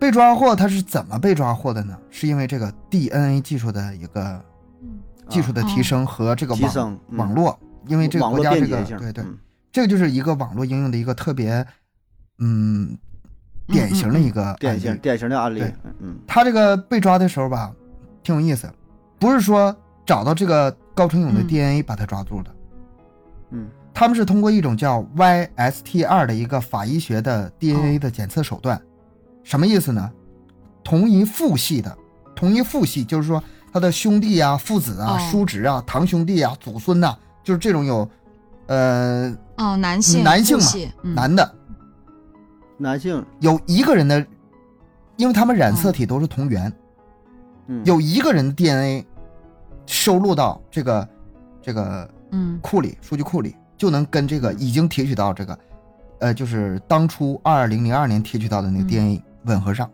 被抓获，他是怎么被抓获的呢？是因为这个 DNA 技术的一个
嗯
技术的提升和这个
啊提
网、
升嗯
网络，因为这个
啊网
国
络
家
便
这
捷
个
性，
对对，
嗯
这个就是一个网络应用的一个特别，嗯，典型的一个
嗯典
案例
型典型的案例
对，
嗯
他这个被抓的时候吧，挺有意思，不是说找到这个高成勇的
嗯
DNA 把他抓住的，
嗯
他们是通过一种叫 YST2 的一个法医学的
哦
DNA 的检测手段，什么意思呢？同一父系的，同一父系就是说他的兄弟啊、父子啊、
哦
叔侄啊、堂兄弟啊、祖孙呐、就是这种有，呃，
哦，男性
男性
父
嘛
系嗯
男的
嗯，男性
有一个人的因为他们染色体都是同源，
嗯，
有一个人的 DNA 收录到这个这个
嗯
库里数据库里，就能跟这个已经提取到这个，呃，就是当初二零零二年提取到的那个
嗯
DNA 吻合上，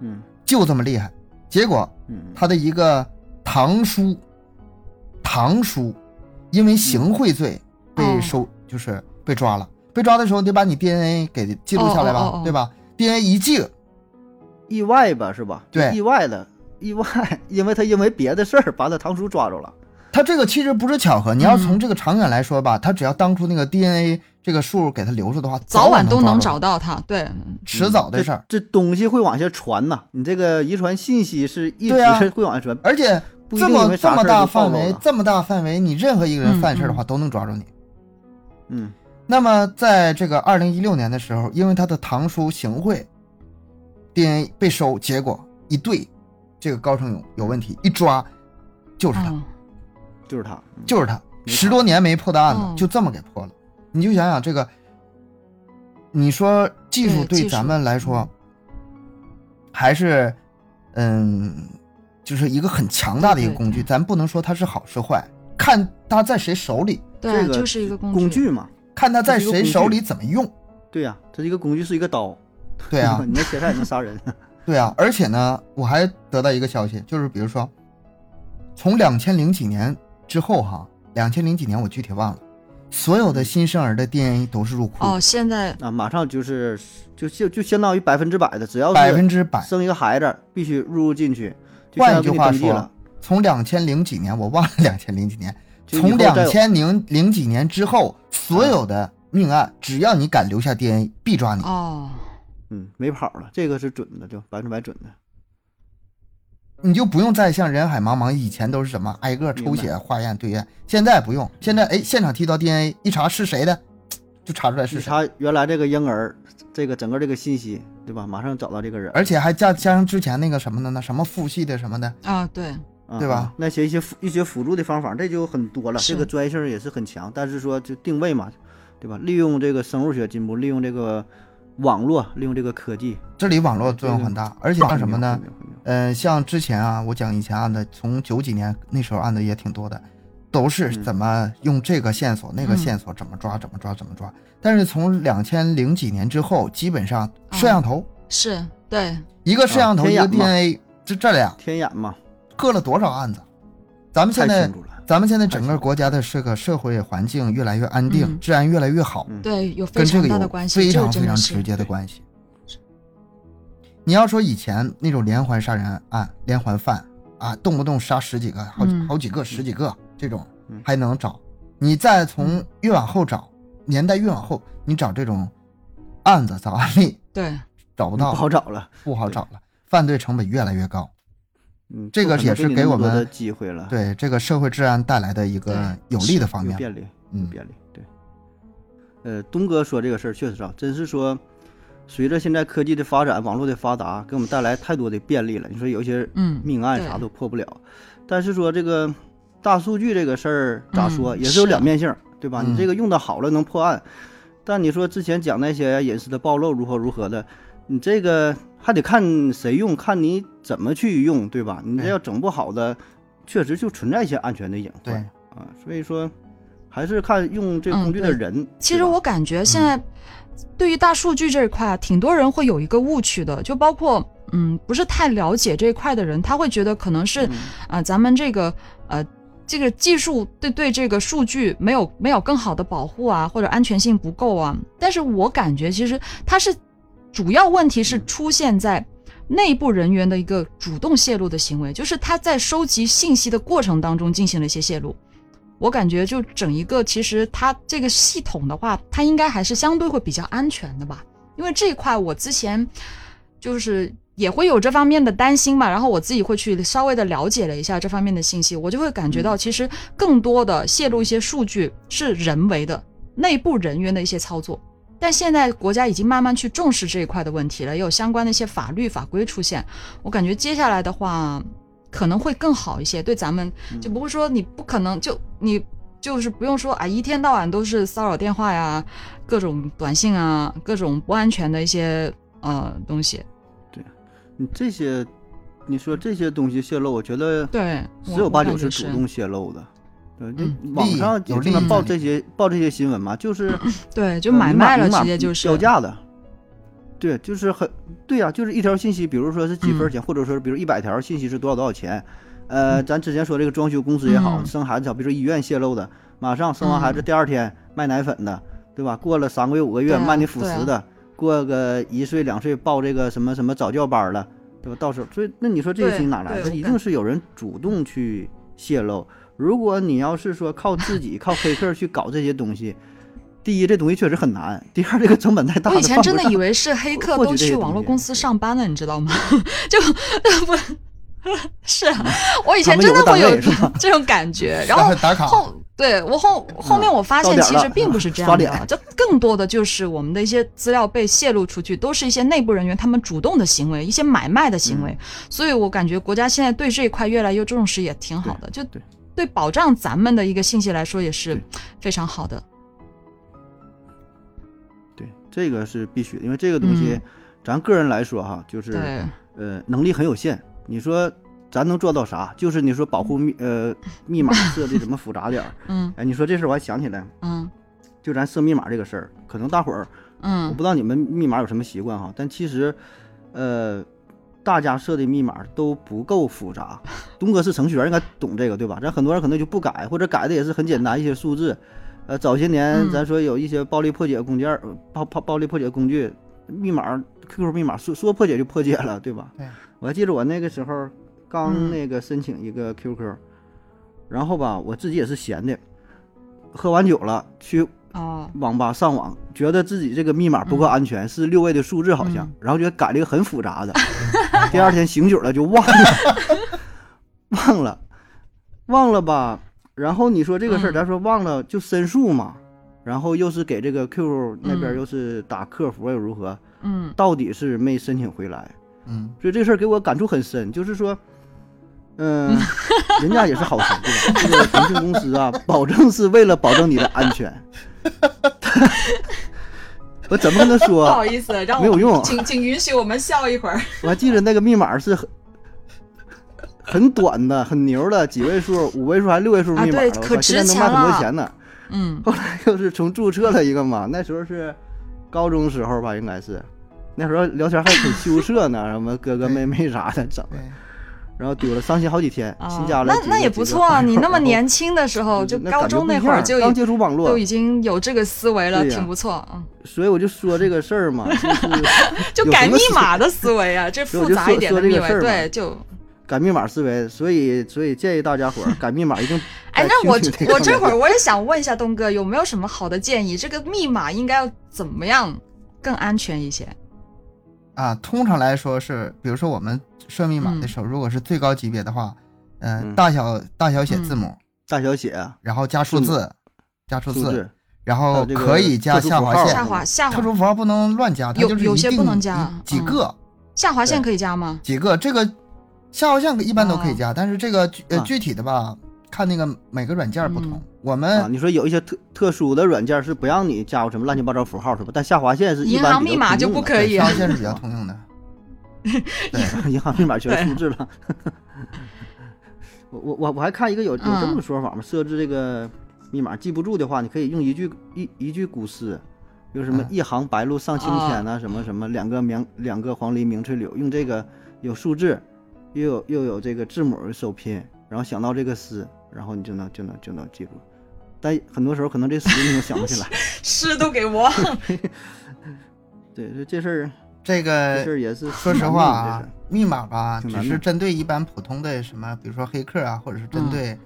嗯
就这么厉害。结果
嗯，
他的一个堂叔，堂叔因为行贿罪被
哦
收，就是被抓了。被抓的时候得把你 DNA 给记录下来吧，
哦哦哦哦
对吧？DNA 一记，
意外吧是吧？
对
意外的，意外， 因为他因为别的事儿把他堂叔抓住了。
他这个其实不是巧
嗯
合。你要从这个长远来说吧，他只要当初那个 DNA 这个数给他留着的话，
早晚都能找
抓住，
到他。对，
迟早的事儿。
嗯这，这东西会往下传呐、你这个遗传信息是一
对啊
直会往下传，
而且
不一
这
定因
么
为
这
啥事
么
儿
大
就暴
范
露
围，
了。
这么大范围，你任何一个人
嗯
犯事儿的
嗯
话都能抓住你。
嗯
那么在这个二零一六年的时候，因为他的堂叔行贿，DNA 被收，结果一对，这个高成勇有问题，一抓就是他，
嗯
就是他，嗯
就是他，
没错
十多年没破的案子、
嗯
就这么给破了。你就想想这个，你说技术
对技术嗯
对咱们来说，还是嗯，就是一个很强大的一个
对对
工具，
对
咱不能说它是好是坏，看它在谁手里，
对，
这个
就是一个工
工具嘛，
看它在
它是一个
谁
工具
手里怎么用。
对呀、它这个工具是一个刀，
对啊
，你那切菜能杀人，
对啊，而且呢，我还得到一个消息，就是比如说，从两千零几年之后哈，两千零几年我具体忘了，所有的新生儿的 DNA 都是入库，
嗯哦，现在
啊，马上就是就就就相当于百分之百的，只要
百
是
分之百。
生一个孩子必须入入进去，就
换
相当于
一句
给你
话
登记
说
了，
从两千零几年我忘了两千零几年，
就以
从
后再有
两千零零几年之后，所有的命案，只要你敢留下 DNA，必抓你。
哦，
嗯没跑了，这个是准的，就百分之百准的。
你就不用再像人海茫茫以前都是什么挨个抽
明
血化验对验，现在不
嗯
用，现在哎现场提到 DNA 一查是谁的，就查出来是
你
谁，
查原来这个婴儿，这个整个这个信息，对吧？马上找到这个人，
而且还加加上之前那个什么的呢，什么父系的什么的，
啊，对，
啊
对吧
啊那些一些辅一些辅助的方法，这就很多了，
是
这个专业性也是很强。但是说就定位嘛，对吧？利用这个生物学进步，利用这个网络，利用这个科技，
这里网络作用很
嗯
大，而且像什么呢
很？牛？很牛
嗯、像之前啊，我讲以前案子，从九几年那时候案子也挺多的，都是
嗯
怎么用这个线索、那个
嗯
线索怎么抓、怎么抓、怎么抓。但是从两千零几年之后，基本上摄像头、
是，对，
一个摄像头、
啊
一
天
个
眼嘛
DNA，这这俩
天眼嘛，
破了多少案子？咱们
太
现在
清楚了。
咱们现在整个国家的这个社会环境越来越安定，
嗯
治安越来越好，
嗯
对，有非
跟这
常
个
大
有
的关系，
非
这个
常
真
非常
的
直
是，
接的关系。你要说以前那种连环杀人案、连环犯啊，动不动杀十几个、好几、
嗯
好几个、十几个这种
嗯
还能找，你再
嗯
从越往后找，年代越往后，你找这种案子、找案例
对，
找不
不
到，
好找了，
不好找了，犯罪成本越来越高。
嗯，
这个
不可能
也是
你
给
那么
我
多
们
的机会了，，
对这个社会治安带来的一个有利的方
啊有
面，
便利，有
嗯，
便利，对。呃，东哥说这个事儿确实啊，真是说，随着现在科技的发展，网络的发达，给我们带来太多的便利了。你说有一些
嗯，
命案
对
啥都破不了。但是说这个大数据这个事儿咋说、
嗯
也是有两面性儿，对吧？
嗯
你这个用的好了能破案，但你说之前讲那些隐私的暴露如何如何的，你这个还得看谁用，看你怎么去用，对吧？你这
对
要整不好的，确实就存在一些安全的隐患
对
啊。所以说，还是看用这
嗯
工具的
对
人。
其
对
实
吧
我感觉现在对于大数据这一块啊，挺多人会有一个误区的，就包括嗯，不是太了解这一块的人，他会觉得可能是啊、呃咱们这个呃。这个技术对对这个数据没有没有更好的保护啊，或者安全性不够啊。但是我感觉其实它是主要问题是出现在内部人员的一个主动泄露的行为，就是他在收集信息的过程当中进行了一些泄露。我感觉就整一个，其实它这个系统的话，它应该还是相对会比较安全的吧。因为这一块我之前就是也会有这方面的担心嘛，然后我自己会去稍微的了解了一下这方面的信息，我就会感觉到其实更多的泄露一些数据是人为的内部人员的一些操作。但现在国家已经慢慢去重视这一块的问题了，也有相关的一些法律法规出现。我感觉接下来的话可能会更好一些，对咱们
嗯
就不会说你不可能就你就是不用说啊，一天到晚都是骚扰电话呀，各种短信啊，各种不安全的一些呃东西。
对，你这些，你说这些东西泄露，我觉得
对，
十
我
有八九
我感觉
主动泄露的。对，就
嗯
网
利益
上
有
经常
利益
报
在
这
里
些报这些新闻嘛，就是
对，就
呃
买
明码
卖了
明码
直接就是
标价的。对，就是很对呀、就是一条信息，比如说是几
嗯
分钱，或者说比如一百条信息是多少多少钱。呃，咱之前说这个装修公司也好，
嗯
生孩子也好，比如说医院泄露的，马上生完孩子第二天卖奶粉的，对吧？过了三个月五个月
对啊
卖你辅
对啊
食的，过个一岁两岁报这个什么什么早教班了，对吧？到时候，所以那你说这些
对
信息哪来
对
的？
我
一
感
定是有人主动去泄露。如果你要是说靠自己靠黑客去搞这些东西， 第一这东西确实很难，第二这个成本太大了。
我以 前真的
办不
以
上
为是黑客
获取
都
这些
去
东
网络
西
公司上班了，你知道吗？ 就不 是啊，我以
嗯他
前
们
真
有
的
个
会
单
有
位是吧
这种感 觉，然
打
后
打卡
后对我后后面我发
啊嗯到
现
点儿
其实
了
并不是这
刷
样的，
脸
就更多的就是我们的一些资料被泄露出去，都是一些内部人员他们主动的行为，一些买卖的行为，
嗯
所以我感觉国家现在对这一块越来越重视，也挺好的，就
对
对保障咱们的一个信息来说也是
对
非常好的，
对，这个是必须的，因为这个东西，
嗯
咱个人来说哈，就是
对
呃能力很有限。你说咱能做到啥？就是你说保护密呃密码设计怎么复杂点儿？
嗯
哎，你说这事儿我还想起来，
嗯
就咱设密码这个事儿，可能大伙儿我
嗯
不知道你们密码有什么习惯哈，但其实，呃，大家设的密码都不够复杂。东哥是程序员，应该懂这个对吧？咱很多人可能就不改，或者改的也是很简单一些数字。呃，早些年
嗯
咱说有一些暴力破解工具，呃暴暴暴力破解工具，密码 QQ 密码说说破解就破解了，对吧？
对
我还记得我那个时候刚
嗯
那个申请一个 QQ，、然后吧，我自己也是闲的，喝完酒了去
哦
网吧上网，觉得自己这个密码不够安全，是六位的数字好像，
嗯
然后觉得改了一个很 复杂的，第二天醒酒了就忘了， 忘了，忘了吧。然后你说这个事儿，
嗯
咱说忘了就申诉嘛，然后又是给这个 Q 那边
嗯
又是打客服又如何，
嗯。
到底是没申请回来，
嗯，
所以这事儿给我感触很深，就是说， 嗯、人家也是好心，对吧？这个腾讯公司啊，保证是为了保证你的安全。 我怎么跟他
不
说啊？
好意思，让我
没有用
请请允许我们笑一会 儿。
我还记得那个密码是很很短的，很牛的，几位数、五位数还是六位数密码
啊对
我
可
靠现在
值
能
钱
卖很多
了
钱呢。
嗯
后来又是重注册了一个嘛，那时候是高中时候吧，应该是那时候聊天还很羞涩呢，什么哥哥妹妹啥的，整的。
对，
然后丢了，伤心好几天，新加
啊
了
那
几个
那也不错 啊！你那么，年轻的时
几个朋
候，
友
就
嗯那
高
感觉
中
不一
那会儿
样
就
刚
已
接触网络
都已，经有这个思维了，
对呀
挺不错。嗯，
所以我就说这个事 儿嘛，就是
就
有
改
什
密
么
码的思维啊，这
所以我
复
就
杂
说
一点的
说这
密
个
码
事，儿嘛
对，就
改密码思维，所以所以建议大家伙 儿改密码一定
哎，
在
那我
群体
这
里
我
头
这
面
会儿
对
我也想问一下东哥，有没有什么好的建议？这个密码应该要怎么样更安全一些？
啊，通常来说是，比如说我们设密
嗯
码的时候，如果是最高级别的话，
嗯
嗯，大小大小
嗯
写字母，
大小写啊、
然后加数
字母
字，加数
数字
字，然
还
后
有这个
可以加
特殊
下
符
划
号
线，
下划下
特
划
殊符号不能乱加，它
有
就是
有
一
些不
定
能加
一几
嗯
个
下划线
对
可以加吗？
几个，这个下划线一般都可
哦
以加，但是这个具呃
啊
具体的吧，看那个每个软件不同
嗯。
我
啊。
们
你说有一些特特殊的软件是不让你加入什么乱七八糟符号是吧？但下划线是一
银
般
行
比较
密码
通
就
用
不
的
可以
对
啊
下划线是比较 通用的。对，
银行密码全
对
是数字了。 我我我我还看一个有有这么个说法嘛，设置这个密码记不住的话，你可以用一句一一句古诗，有什么
嗯
一行白鹭上青天呐、啊什么什么两个明两个黄鹂鸣翠柳，用这个有数字，又有又有这个字母首拼，然后想到这个诗，然后你就能就能就能记住。但很多时候可能这诗你都想不起来。
诗都给忘了。
对，这这事儿
这
这
个
事儿也是挺
哎说实
难
话
弄的这
啊
事儿，
密码吧，
挺
只
难
是
弄
针对一般普通的什么，比如说黑客啊，或者是
嗯
针对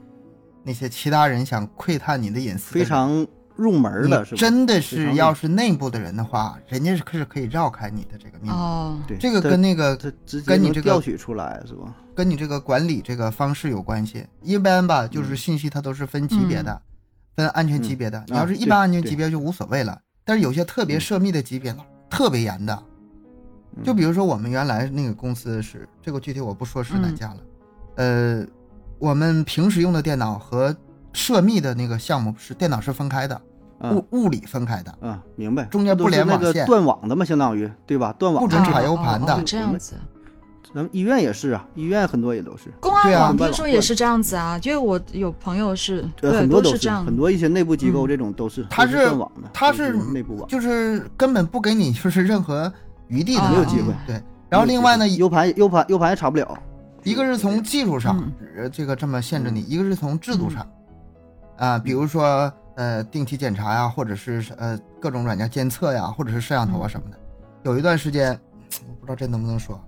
那些其他人想窥探你的隐私的
非
人。
常入门的，是吧？
你真的
非
是
常
要是内部的人的话，人家是可是可以绕开你的这
嗯
个密码。
哦，
对
这个
它
跟那个
它直接
跟你
能
这个
调取出来是吧？
跟你这个管理这个方式有关系。一般吧，
嗯
就是信息它都是分级别的，分安全级别的。你要是一般安全级别就无所谓了，但是有些特别
啊嗯
涉密的级别呢，特别严的。
嗯
就比如说我们原来那个公司是这个具体我不说是哪家了，呃，我们平时用的电脑和涉密的那个项目是电脑是分开的，
嗯
物物理分开的，
嗯，明白。
中间不
都是
联
那
网
个
线
断网的嘛，相当于对吧？断网
不
的
准
啊
插 U
哦
盘的
哦这样子
咱们医院也是啊，医院很多也都是，
公
对
安
啊
网
公安
听说
网
也是这样子啊，因为我有朋友是，
呃，
对，
很多
都
都
这样
很。多一些内部机构这种都是，
嗯他
都
是
断网的，
他
都
是
是内部网，
就是根本不给你就是任何余地的，
没有机
会
对，然后另外呢，
，U 盘 U 盘 U 盘也查不了，
一个是从技术上
嗯、
呃这个这么限制你，一个是从制度上，啊、比如说呃定期检查呀、或者是呃各种软件监测呀，或者是摄像
嗯
头啊什么的。有一段时间，我不知道这能不能说，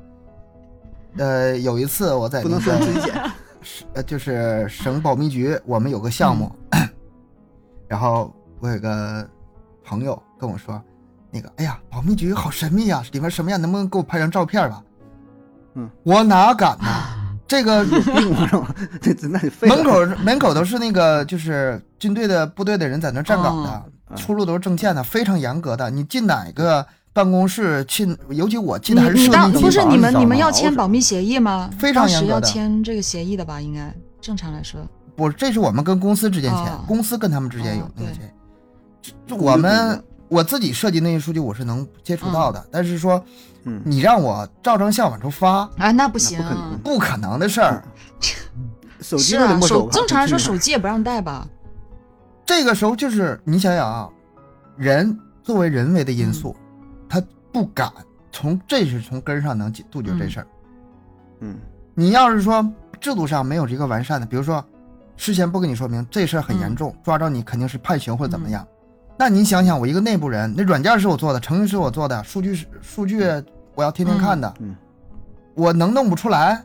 嗯
呃，有一次我在
不
那
能说你自
个
己剪，
呃就是省保密局，我们有个项目，
嗯
然后我有个朋友跟我说，那个哎呀，保密局好神秘呀、里面什么样，能不能给我拍张照片吧？
嗯，
我哪敢呢？
啊
这个
有病吧？ 这那得废了
门口门口都是那个就是军队的部队的人在那站岗
哦
的，
嗯
出入都是证件的，非常严格的。你进哪个办公室去，尤其我进的还
你
是
你
设
当
计机
不是
房
你们
扫
你们
描
要
是
签
吧
保密协议吗？
非常
当时
严格
要
的
签这个协议的吧？应该正常来说，
不，这是我们跟公司之间签
哦，
公司跟他们之间有
哦
那个
对
谁，这这我
公司
们
的
我自己设计那些数据我是能接触到的，但是说
嗯，
你让我照张相往出发，
啊，那不
那
行
不可
啊，
能
不可能的事
嗯
儿。
手机
是
都得
啊，
没收
手
吧，
正常 来说
这
手机也不让带吧？
这个时候就是你想想啊，人作为人为的
嗯
因素，他不敢从这是从根儿上能解杜绝这事儿。
嗯，
你要是说制度上没有这个完善的，比如说事先不跟你说明这事儿很严重，抓着你肯定是判刑或者怎么样。那你想想，我一个内部人，那软件是我做的，程序是我做的，数据是数据我要天天看的，
嗯嗯
我能弄不出来？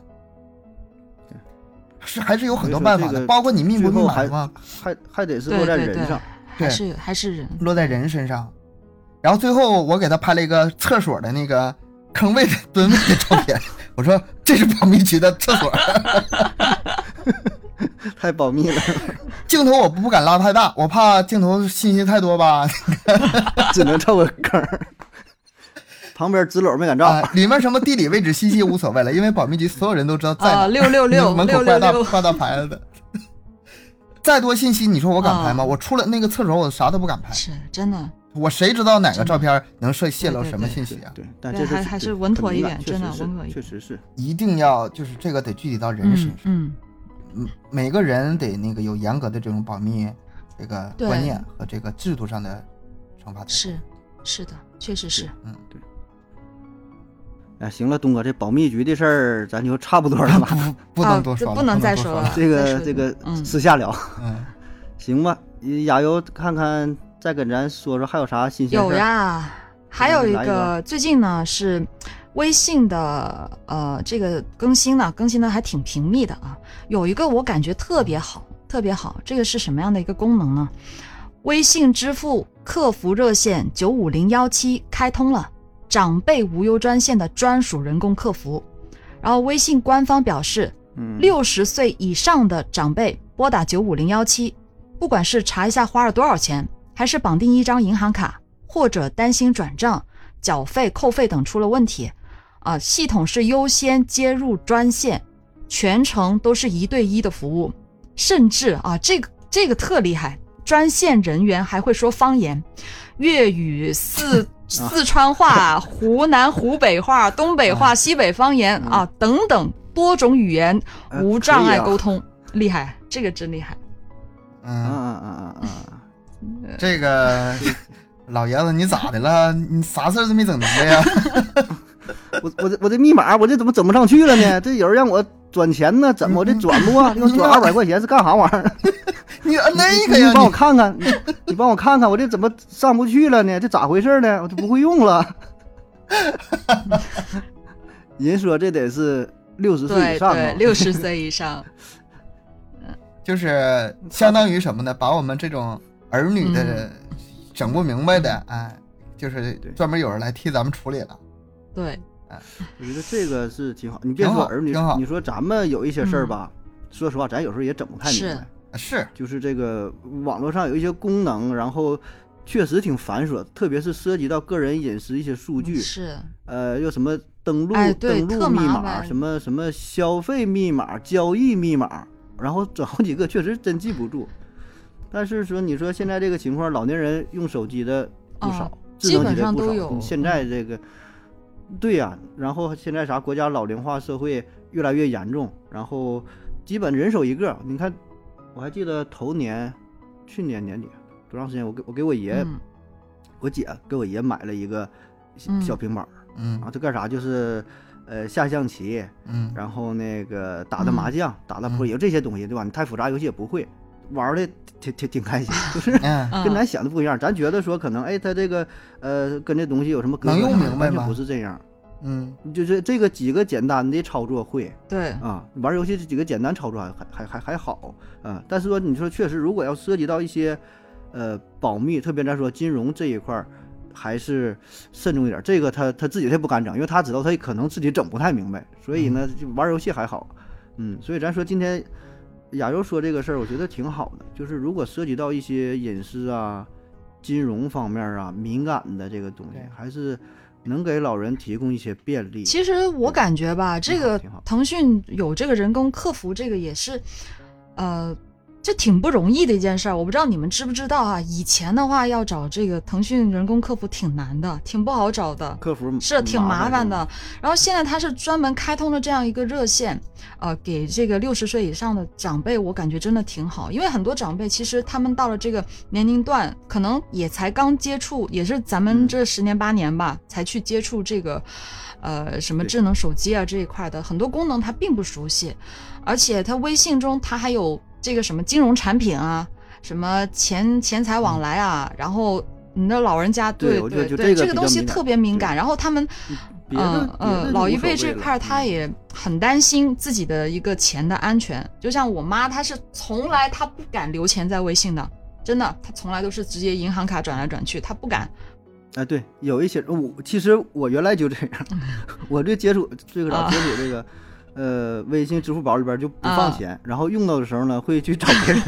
是还是有很多办法
所以说
的，
这个
包括你密
最
不密
后
码
还
嘛，
还还得是
对
落在
对
人
对
上，
还
对
是还是人，
落在人身上。然后最后我给他拍了一个厕所的那个坑位的蹲位的照片， 我说这是保密局的厕所。
太保密了，
镜头我不敢拉太大，我怕镜头信息太多吧。
只能照个坑儿。 旁边纸篓没敢照，
啊，里面什么地理位置信息无所谓了，因为保密局所有人都知道在哪
啊，
儿。
六六六
门
六
口
六
挂大
六，
挂大牌子的。 再多信息，你说我敢拍吗？
啊
我出了那个厕所，我啥都不敢拍，
是真的，
我谁知道哪个照片能泄泄露
对对
什么
对
信息啊？
对，但
对
这是
还还是
对
稳妥
很
一
敏感
点
确
真
实
的
是
稳妥一
确实是，
一定要就是这个得具体到
嗯
人身上，
嗯，
嗯，每个人得那个有严格的这种保密这个
对
观念和这个制度上的惩罚。
是是的，确实是。
哎，行了，东哥，这保密局的事儿咱就差不多了 吧？
不
啊
能多
这
说了，
不能再
多
说
说
了
这
再
个
说
这
一个
个
嗯
私下聊，
嗯，
行吧？亚游看看，再跟咱说说还有啥新鲜事
有
儿？
呀，还有一
来一个
个最近呢是微信的呃这个更新呢更新的还挺频密的啊，有一个我感觉特别好，特别好，这个是什么样的一个功能呢？微信支付客服热线九五零幺七开通了长辈无忧专线的专属人工客服，然后微信官方表示，
嗯，
六十岁以上的长辈拨打九五零幺七，不管是查一下花了多少钱，还是绑定一张银行卡，或者担心转账、缴费、扣费等出了问题，啊，系统是优先接入专线，全程都是一对一的服务，甚至啊，这个这个特厉害，专线人员还会说方言，粤语、
啊
四四川话、湖南、湖北话、东北话、西北方言啊等等多种语言
呃
无障
可以
碍
嗯啊
沟通，厉害，这个真厉害。
啊
嗯，
啊啊啊啊！
这个老爷子你咋的了？你啥事儿都没整明白呀？
我我这我这密码我这怎么整不上去了呢？这有人让我转钱呢，怎么我这转不 啊？要转二百块钱是干啥玩意儿？
你摁那
你
个
你
呀？
帮我
你
看看，你你帮我看看，我这怎么上不去了呢？这咋回事呢？我都不会用了。 人说这得是六十岁以
对
上
对
啊，，
六十岁以上，
就是相当于什么呢？把我们这种儿女的整不明白的，哎，就是
嗯对
专门有人来替咱们处理了。
对，
我觉得这个是挺好。你别
挺
说
好
儿女
挺，好
你说咱们有一些事儿吧，说实话，咱有时候也整不太
嗯
明
是
白。
啊是，
就是这个网络上有一些功能，然后确实挺繁琐，特别是涉及到个人隐私一些数据，
是
呃，又什么登录、
哎对
登录
特
密
麻
码，
烦
什么什么消费密码、交易密码，然后整好几个，确实真记不住。但是说，你说现在这个情况，老年人用手机的不少，
啊
智
基
能机
本
的
上
不
都
少。
有嗯
你现在这个对呀、然后现在啥国家老龄化社会越来越严重，然后基本人手一个。你看，我还记得头年，去年年底多长时间，我给我给我爷、
嗯
我姐给我爷买了一个小
嗯
小平板儿，然后
嗯
啊这干啥就是。呃，下象棋，
嗯，
然后那个打打麻将、打打扑克，
嗯
也就这些东西，对吧？你太复杂游戏也不会，玩的挺挺挺 开心，就是
嗯，
嗯
跟咱想的不一样。咱觉得说可能，哎，他这个呃，跟这东西有什么隔阂
能用
啥的
明白
完全
吗
不是这样，
嗯，
就是这个几个简单的操作会
对，
啊，玩游戏这几个简单操作还还还还还好啊。但是说你说确实，如果要涉及到一些呃保密，特别咱说金融这一块儿。还是慎重一点，这个他他自己他也不敢整，因为他知道他可能自己整不太明白，所以
嗯
呢，就玩游戏还好，嗯，所以咱说今天亚洲说这个事儿，我觉得挺好的，就是如果涉及到一些隐私啊、金融方面啊、敏感的这个东西
对，
还是能给老人提供一些便利。
其实我感觉吧，
挺
这
好
个
挺好
腾讯有这个人工客服，这个也是，呃，这挺不容易的一件事儿。我不知道你们知不知道啊？以前的话要找这个腾讯人工客服挺难的，挺不好找的。
客服
是挺麻烦
是
的
吧，。
然后现在它是专门开通了这样一个热线，呃，给这个六十岁以上的长辈，我感觉真的挺好，因为很多长辈其实他们到了这个年龄段，可能也才刚接触，也是咱们
嗯
这十年八年吧，才去接触这个，呃，什么
对
智能手机啊这一块的，很多功能他并不熟悉，而且他微信中他还有这个什么金融产品啊，什么钱钱财往来啊，然后。你的老人家
嗯对
对
我觉得
对
就
对，
这个
个
比较
东西
敏感
特别敏
对
感，然后他们嗯
别的别的
嗯，
就
老一
无所
辈
谓
这
了
块儿他
嗯
也很担心自己的一个钱的安全，就像我妈，她是从来她不敢留钱在微信的，真的，她从来都是直接银行卡转来转去，她不敢。
哎，对，有一些我其实我原来就这样， 我这接触这个
嗯啊
咋接触这个。呃，微信、支付宝里边就不放
啊
钱，然后用到的时候呢，会去找 别人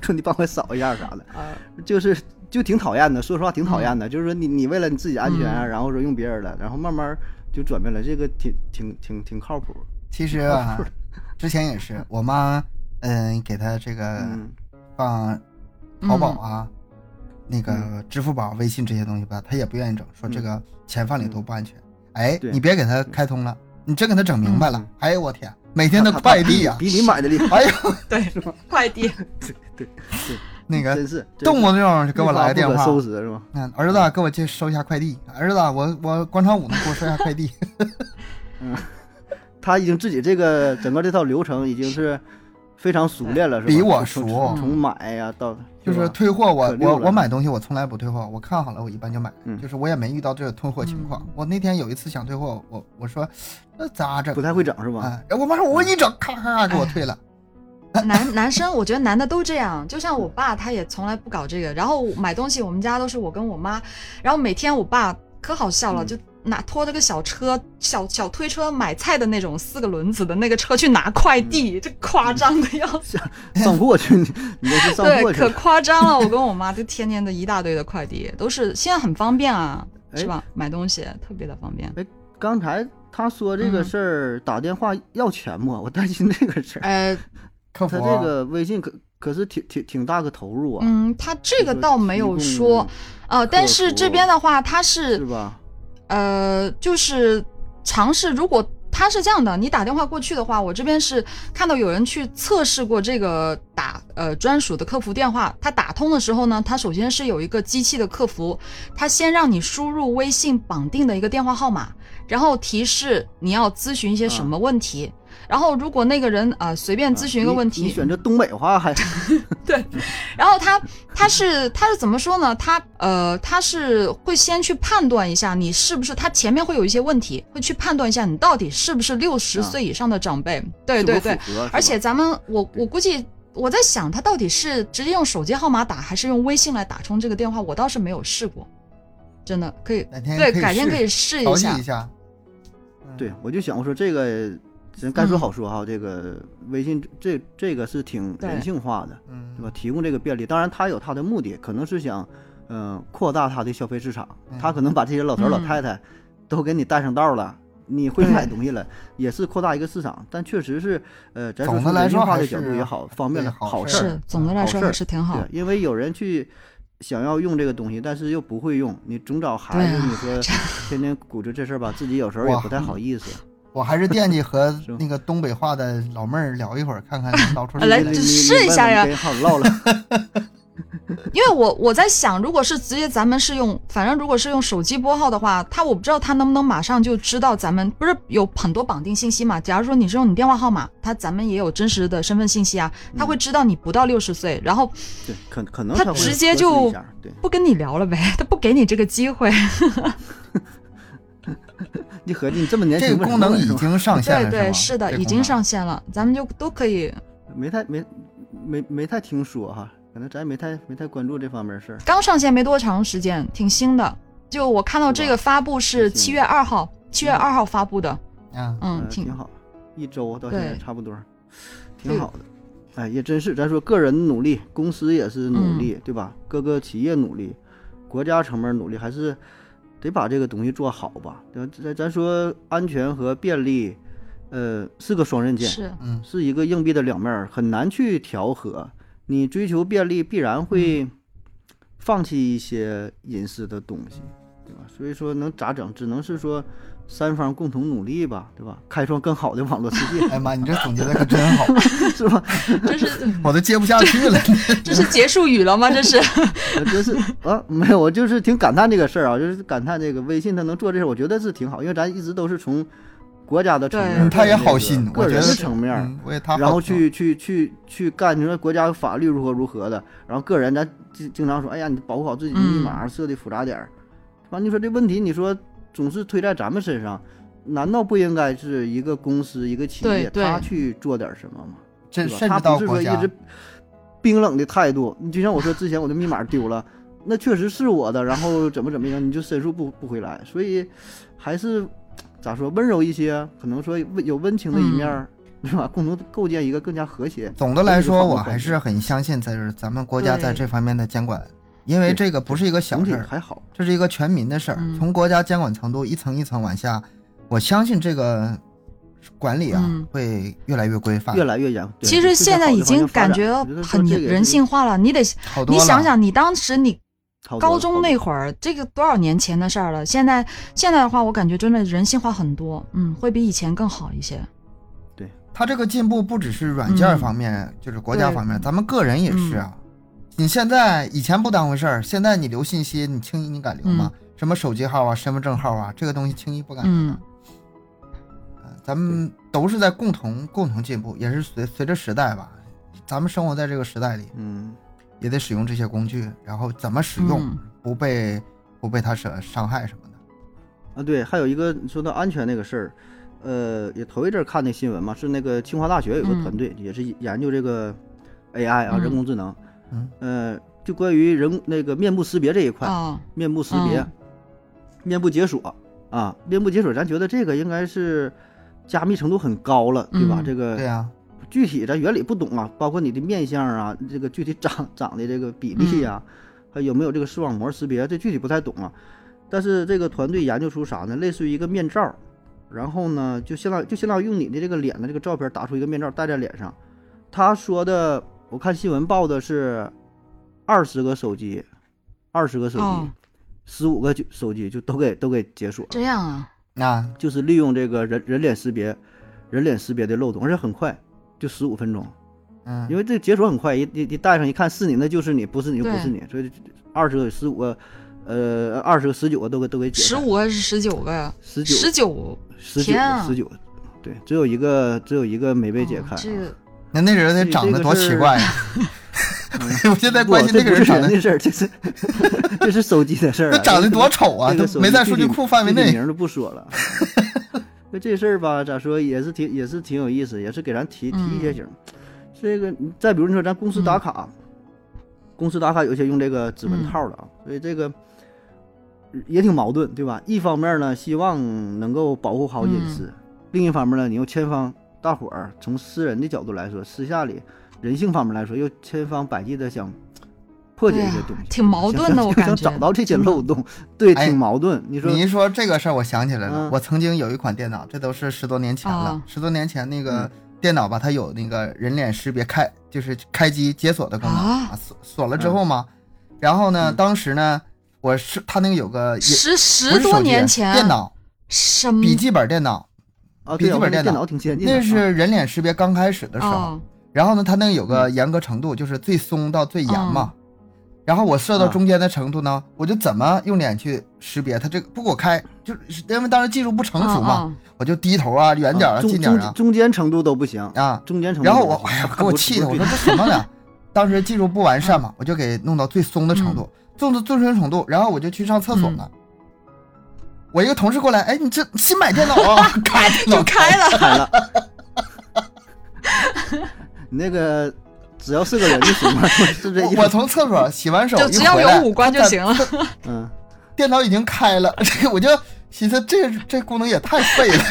说你帮我扫一下啥的，
呃，
就是就挺讨厌的。说实话，挺讨厌的。就是说你你为了你自己安全啊，
嗯
然后说用别人的，然后慢慢就转变了，这个挺挺挺挺靠谱。
其实 啊，之前也是我妈，嗯，给她这个
嗯，
放淘
嗯
宝啊、那个
嗯
支付宝、微信这些东西吧，她也不愿意整，说这个钱放里多不安全。哎，
嗯对
你别给她开通了，你真给她整明白了
嗯，
哎呦我天，每天的
他他
快递啊，
比比你买的 厉害，
哎呦
对，快递，
那个
真是
动不动就给我来个
个
电话，
收拾是吧？
嗯，儿子给我去收一下快递，儿子啊我我广场舞呢，给我收一下 快递。
他已经自己这个整个这套流程已经是非常熟练了，是吧？
比我
从
熟
从
嗯
从买呀、到
就是
吧
退货我
可溜
我
了
我买东西我从来不退货，我看好了我一般就买，
嗯
就是我也没遇到这个退货情况。
嗯
我那天有一次想退货，我我说那咋整？
不太会哎整是吧？
啊！然后我妈说我给你整，咔咔咔给我退了。
男 男生，我觉得男的都这样，就像我爸，他也从来不搞这个。然后买东西，我们家都是我跟我妈，然后每天我爸可好笑了，
嗯
就拿拖着个小车，小小推车买菜的那种四个轮子的那个车去拿快
嗯
递，这夸张的要死，
哎
上货去，你你这是上
对，
货去
可
了。
夸张 了。我跟我妈就天天的一大堆的快递，都是现在很方便啊，
哎
是吧？买东西特别的方便。
刚才他说这个事
嗯
儿、打电话要钱吗？我担心这个事儿。
呃，
客服啊
他这个微信可可是挺挺挺大个投入啊，
嗯，他这个
就
倒没
提
有
供
说，呃，但是这边的话，他是
是吧？
呃，就是尝试，如果他是这样的，你打电话过去的话，我这边是看到有人去测试过这个打呃专属的客服电话，他打通的时候呢，他首先是有一个机器的客服，他先让你输入微信绑定的一个电话号码，然后提示你要咨询一些
嗯
什么问题。然后，如果那个人啊、呃随便咨询一个
哎你
问题，
你选择东北话还
然后他他是他是怎么说呢？他呃他是会先去判断一下你是不是他前面会有一些问题，会去判断一下你到底是不是六十
啊
岁以上的长辈。 对对对，，
是不符合
而且
是吧
咱们我我估计我在想他到底是直接用手机号码打还是用微信来打通这个电话，我倒是没有试过，真的可以
改天
对
哎可以
改天
试
可以试
调
一
戏
下
一。下。嗯
对，我就想我说这个，咱该
嗯
说好说哈，这个微信这这个是挺
对
人性化的，
嗯，
对吧？提供这个便利，当然他有他的目的，可能是想，嗯、扩大他的消费市场，他可能把这些老头儿老
嗯
太太都给你带上道了。你会
对
买东西了，也是扩大一个市场，但确实是，呃，咱
总
说
的
从
来
人性
说
化
还
的角
是
度也好，方便了
对好
好
事
事
儿
儿
是，总的来
好
说
事
还
儿
是挺好
对，。因为有人去想要用这个东西，但是又不会用，你总找孩子，
对啊
你 说天天鼓着这事儿吧，自己有时候也不太好意思。
我还是惦记和
是吗
那个东北话的老妹儿聊一会儿，看看能聊出 什
来
么
你
就
你
试一
你问
下
问
呀
跟好 唠唠。
因为我我在想，如果是直接咱们是用，反正如果是用手机拨号的话，他我不知道他能不能马上就知道咱们不是有很多绑定信息嘛？假如说你是用你电话号码，他咱们也有真实的身份信息啊，他会知道你不到六十岁，然后
对，可可能
他
稍微
直接
核实
就
一下对
不跟你聊了呗， 他不给你这个机会。
你合计你这么年轻，
这个
为什
功
么
能
问
已
是吧
经上线
对
了，
对，
是
是
吗
的，
这
已
功
经
能
上线了，咱们就都可以。
没太没没没太听说哈，可能咱也没太没太关注这方面的事儿。
刚上线没多长时间，挺新的。就我看到这个发布是
挺
七
新
月二号，七月二号发布的，
啊，
嗯
呃，
挺
挺好，一周到现在
对
差不多，
对
挺好的。哎，也真是，咱说个人努力，公司也是
嗯
努力，对吧？各个企业努力，国家层面努力，还是得把这个东西做好吧。对吧？咱咱说安全和便利，呃，是个双刃剑，
是
嗯，
是一个硬币的两面儿，很难去调和。你追求便利，必然会放弃一些隐私的东西，对吧？所以说能咋整？只能是说三方共同努力吧，对吧？开创更好的网络世界，
哎妈，你这总结的可真好，
是吧？
这是
我都接不下 去了。
这是结束语了吗？这是
我真是啊，没有，我就是挺感叹这个事儿啊，就是感叹这个微信它能做这事儿，我觉得是挺好，因为咱一直都是从国家的层面
对嗯
儿或者那个，
他也好心，
个
我觉
人
得
的层面儿。
嗯，我也他好
然后
心
去去去去干，你说国家法律如何如何的，然后个人咱经经常说，哎呀，你保护好自己的密
嗯
码，设的复杂点儿，完你说这问题，你说总是推在咱们身上，难道不应该是一个公司一个企业
对对
他去做点什么吗？
这
对吧
甚
他
至到
不是
国
说
家
一直冰冷的态度，你就像我说之前我的密码丢了，那确实是我的，然后怎么怎么样，你就申诉不不回来，所以还是咋说温柔一些，可能说温有温情的一面
嗯
儿， 对吧？共同构建一个更加和谐。
总的来说，
这个
我
方面
还是很相信在这咱们国家在
对
这方面的监管，因为
对
这个不是一个小
总体
事儿，
还好，
这是一个全民的事儿。
嗯
从国家监管程度一层一层往下，我相信这个管理啊、
嗯
会越来越规范，
越来越严。对
其实现在已经感觉很人，性化了。你得，
好多
你
了。
想想，你当时你
这是
高中那
个
会儿，这个多少年前的事儿了？现在现在的话，我感觉真的人性化很多，嗯，会比以前更好一些。
它这个进步不只是软件
嗯
方面，就是国家
对嗯
方面，咱们个人也是啊。你现在以前不当回事儿，现在你留信息，你轻易你敢留吗？什么手机号啊、身份证号啊，这个东西轻易不敢。
嗯，
呃咱们都是在共同共同进步，也是随随着时代吧。咱们生活在这个时代里，
嗯，
也得使用这些工具，然后怎么使用，
嗯
不被不被它伤伤害什么的。
啊，对，还有一个你说到安全那个事儿，呃，也头一阵儿看那新闻嘛，是那个清华大学有个
嗯
团队、也是研究这个 AI 啊，
嗯
人工智能，
嗯，
呃，就关于人那个面部识别这一块，
哦，
面部识别、
嗯
面部解锁啊，面部解锁，咱觉得这个应该是加密程度很高了，对吧？
嗯
这个
对啊呀、
具体咱原理不懂啊，包括你的面相啊，这个具体长长的这个比例呀、
嗯
还有没有这个视网膜识别，这具体不太懂啊。但是这个团队研究出啥呢？类似于一个面罩，然后呢，就相当就相当于用你的这个脸的这个照片打出一个面罩戴在脸上。他说的，我看新闻报的是二十个手机，二十个手
哦
机，十五、个手机就都给都给解锁了。
这样啊，
那
就是利用这个人人脸识别，人脸识别的漏洞，而且很快，就十五分钟，
嗯，
因为这解锁很快，一一一戴上一看是你，那就是你，不是你就不
对
是你，所以二十个、十五个，呃，二十个、十九个都给都给解
十
开、
五还是十九个呀？
十九、
十九
十九
天、啊哦
十九，对，只有一个只有一个没被解开啊、
这个
那那人得
这
长得
这个
多
是
奇 怪呀、 我现在
不
关心那
这
个
不
人
是
长得
人的事儿，这是 这是手机的事儿、啊
那，长得多丑啊，
这
都
个手
没
机
在
具
数据
体
库范围
具体
内。
名儿就不说了。 那这事儿吧，咋说也是挺也是挺有意思，也是给咱提提一
嗯
些醒儿。这个你再比如你说咱公司打卡，公司打卡有些用这个指
嗯
纹套了啊，所以这个也挺矛盾，对吧？一方面呢，希望能够保护好隐私；
嗯
另一方面呢，你又千方大伙儿从私人的角度来说，私下里人性方面来说，又千方百计的想破解一些
对啊
东西，
挺矛
想
盾
想
的我
想
感觉
找到这些漏洞，对，
哎
挺矛盾。你说
你一说这个事儿，我想起来了，
嗯
我曾经有一款电脑，这都是十多年前了。
哦
十多年前那个
嗯
电脑吧，它有那个人脸识别开，就是开机解锁的功能
啊
啊，锁锁了之后嘛，然后呢，
嗯
当时呢，我是他那个有个也
十
不
十
是
多
手机
年前，嗯
电脑
什么
笔记本电脑，
啊，对
笔记
啊，我说那
本电
电
脑
脑挺先进的，
那
啊
是人脸识别刚开始的时候。
哦，
然后呢，它那个有个严格程度，就是最松到最严嘛。
哦
然后我设到中间的程度呢，我就怎么用脸去识别它这个不给我开，就是因为当时技术不成熟嘛，
嗯，
我就低头啊、远点啊、
哦中
近点
中
啊
中间程度都不行，
啊。
中间程度
然
都不
后
行。
我哎呀，给
不
我
是
气的，
不
我
是
说这什么呢？ 当时技术不完善嘛，
嗯
我就给弄到最松的程度，弄到最松程度，然后我就去上厕所了。
嗯
我一个同事过来，哎，你这新买电脑 啊？咔，电脑
就开了，
惨了。 你那个只要是个人就行了， 是不是？
我我从厕 所洗完手
就
一
只要
回来
有五官就行了。
嗯，
电脑已经开了， 这个我就寻思这这功能也太废 了。。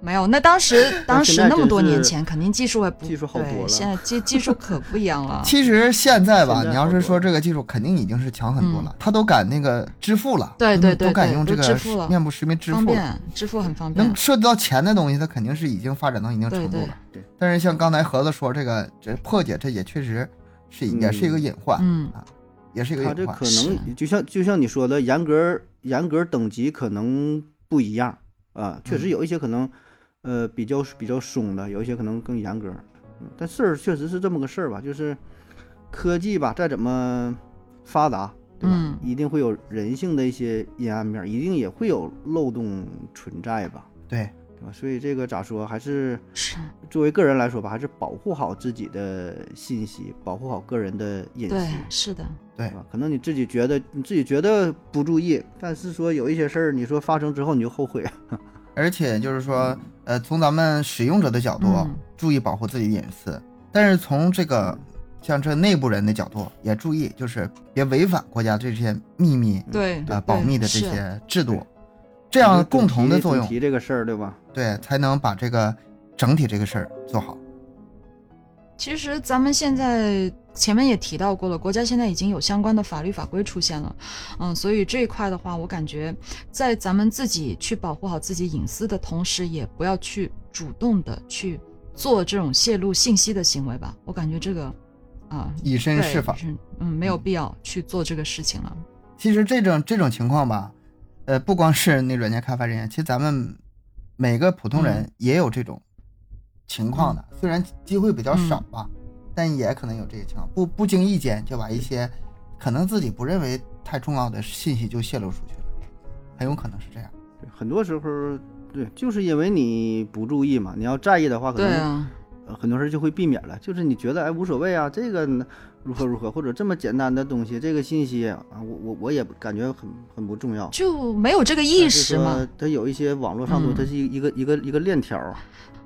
没有，那当时当
现
时
在
那么
真
多年
是
前，肯定技术也不
技术好
对
多了
现在技技术可不一样了
其实现在
现在
吧，
好多了
你要是说这个技术，肯定已经是强很多了，他都敢那个支付了，
嗯对对对
都敢
对
用
都
这
支
个
付了
面部识别支
方
付了。
便，嗯支付很方便
能。涉及到钱的东西，它肯定是已经发展到一定程度了。
对对
但是像刚才盒子说这个，这破解这也确实是
嗯
也是一个隐患，
嗯
也是一个
他
隐
啊这
患
可。
是
能就像就像你说的，严格严格等级可能不一样啊，确
嗯
实有一些可能呃比较比较松的，有一些可能更严格。嗯但事儿确实是这么个事儿吧，就是科技吧，再怎么发达，对吧？
嗯
一定会有人性的一些阴暗面，一定也会有漏洞存在吧，
对，
对吧？所以这个咋说，还是
是，
作为个人来说吧，还是保护好自己的信息，保护好个人的隐
对
私。，
是的，
对
啊，可能你自己觉得你自己觉得不注意，但是说有一些事儿，你说发生之后你就后悔。啊
而且就是说，呃，从咱们使用者的角度，
嗯
注意保护自己的隐私，但是从这个像这内部人的角度，也注意就是别违反国家这些秘密
对
呃保密的这
是
些制度，这样共同的作
总
用，
提这个事儿，对吧？
对，才能把这个整体这个事儿做好。
其实咱们现在前面也提到过了，国家现在已经有相关的法律法规出现了，嗯，所以这一块的话，我感觉在咱们自己去保护好自己隐私的同时，也不要去主动的去做这种泄露信息的行为吧。我感觉这个啊，
以身
对，
试法，
是嗯，没有必要去做这个事情了。
其实这种这种情况吧，呃，不光是那软件开发人员，其实咱们每个普通
嗯
人也有这种情况的，虽然机会比较少
嗯
吧，但也可能有这些情况，不不经意间就把一些可能自己不认为太重要的信息就泄露出去了，很有可能是这样。
对很多时候，对，就是因为你不注意嘛。你要在意的话，可
对
能、
啊，
呃很多事儿就会避免了。就是你觉得哎无所谓啊，这个呢如何如何，或者这么简单的东西，这个信息啊，我我我也感觉很很不重要。
就没有这个意识嘛。
但是说它有一些网络上头，
嗯
它是一个一个一个一个链条啊儿。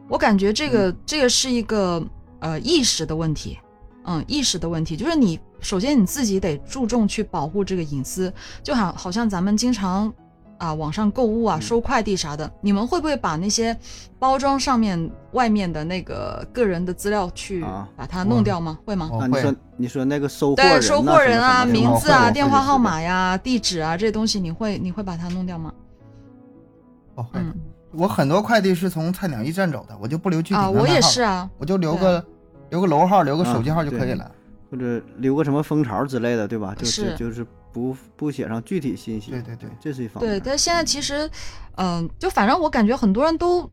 我感觉这
嗯
个、这个是一个呃意识的问题，嗯，意识的问题，就是你首先你自己得注重去保护这个隐私，就好好像咱们经常啊网上购物啊、
嗯
收快递啥的，你们会不会把那些包装上面外面的那个个人的资料去
啊
把它弄掉哦吗？会吗？
我
啊，你
会
说你说那个收货人、
对，
呐，
收货人啊、
什么什么
名
的
字啊、
会
电话号。
我会
码呀、地址啊这些东西，你会你会把它弄掉吗？
我会的，
嗯
我很多快递是从菜鸟驿站走的，我就不留具体
啊，
门牌号
我
了，
也是啊，
我就留
对
个、留个楼号，留个手机
啊
号就可以
对
了。
或者留个什么蜂巢之类的，对吧？就是
是
就是不不写上具体信息。
对对对
这是一方面。
对，但现在其实，嗯、就反正我感觉很多人都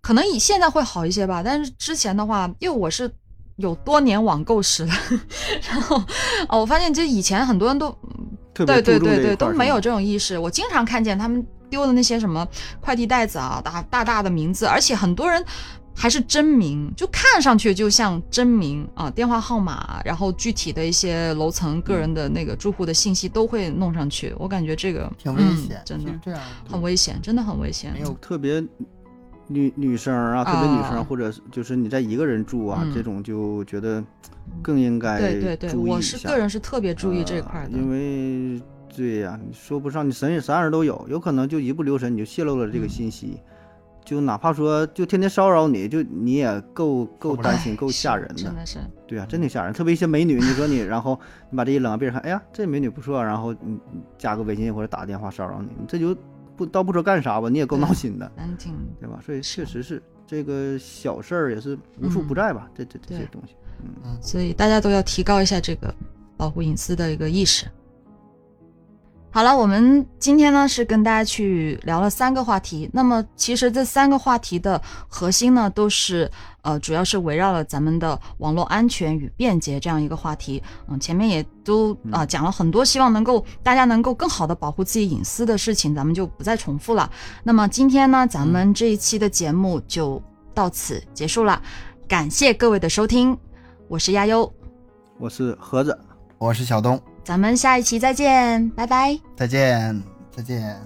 可能以现在会好一些吧，但是之前的话，因为我是有多年网购史了， 然后哦，我发现就以前很多人都
特
对
别
对
注重
对
这一
对
块
都
儿
没有
是吧
这种意识，我经常看见他们丢的那些什么快递袋子啊，大大大的名字，而且很多人。还是真名，就看上去就像真名啊，电话号码，然后具体的一些楼层、个人
嗯
的那个住户的信息都会弄上去。我感觉这个
挺危
嗯
险，
真的
是。这样的
很危险，真的很危险
没。有
特别女女生啊，特别女生、
啊
或者是就是你在一个人住啊，
嗯
这种就觉得更应该
对对对，
注意
我
一
是
下
个人是特别注意这
呃
块的。哎
因为对呀、你说不上，你神啥人都有，有可能就一不留神你就泄露了这个
嗯
信息，就哪怕说就天天骚扰你，就你也够够
不
担
哎
心，够
是
吓人的
真。的是。
对啊，真挺吓人。特别一些美女，你说你，然后你把这一冷别人看，哎呀，这美女不错，然后你你加个微信或者打个电话骚扰你，你这就不倒不说干啥吧，你也够闹心的，
难听。
对吧？所以确实是这个小事儿也是无处不在吧，这这这些
对
嗯
东西。嗯
所以大家都要提高一下这个保护隐私的一个意识。好了，我们今天呢是跟大家去聊了三个话题。那么其实这三个话题的核心呢，都是呃，主要是围绕了咱们的网络安全与便捷这样一个话题。嗯，前面也都啊、讲了很多，希望能够大家能够更好的保护自己隐私的事情，咱们就不再重复了。那么今天呢，咱们这一期的节目就到此结束了，感谢各位的收听，我是亚优，
我是盒子。
我是小东，
咱们下一期再见，拜拜。
再见，再见。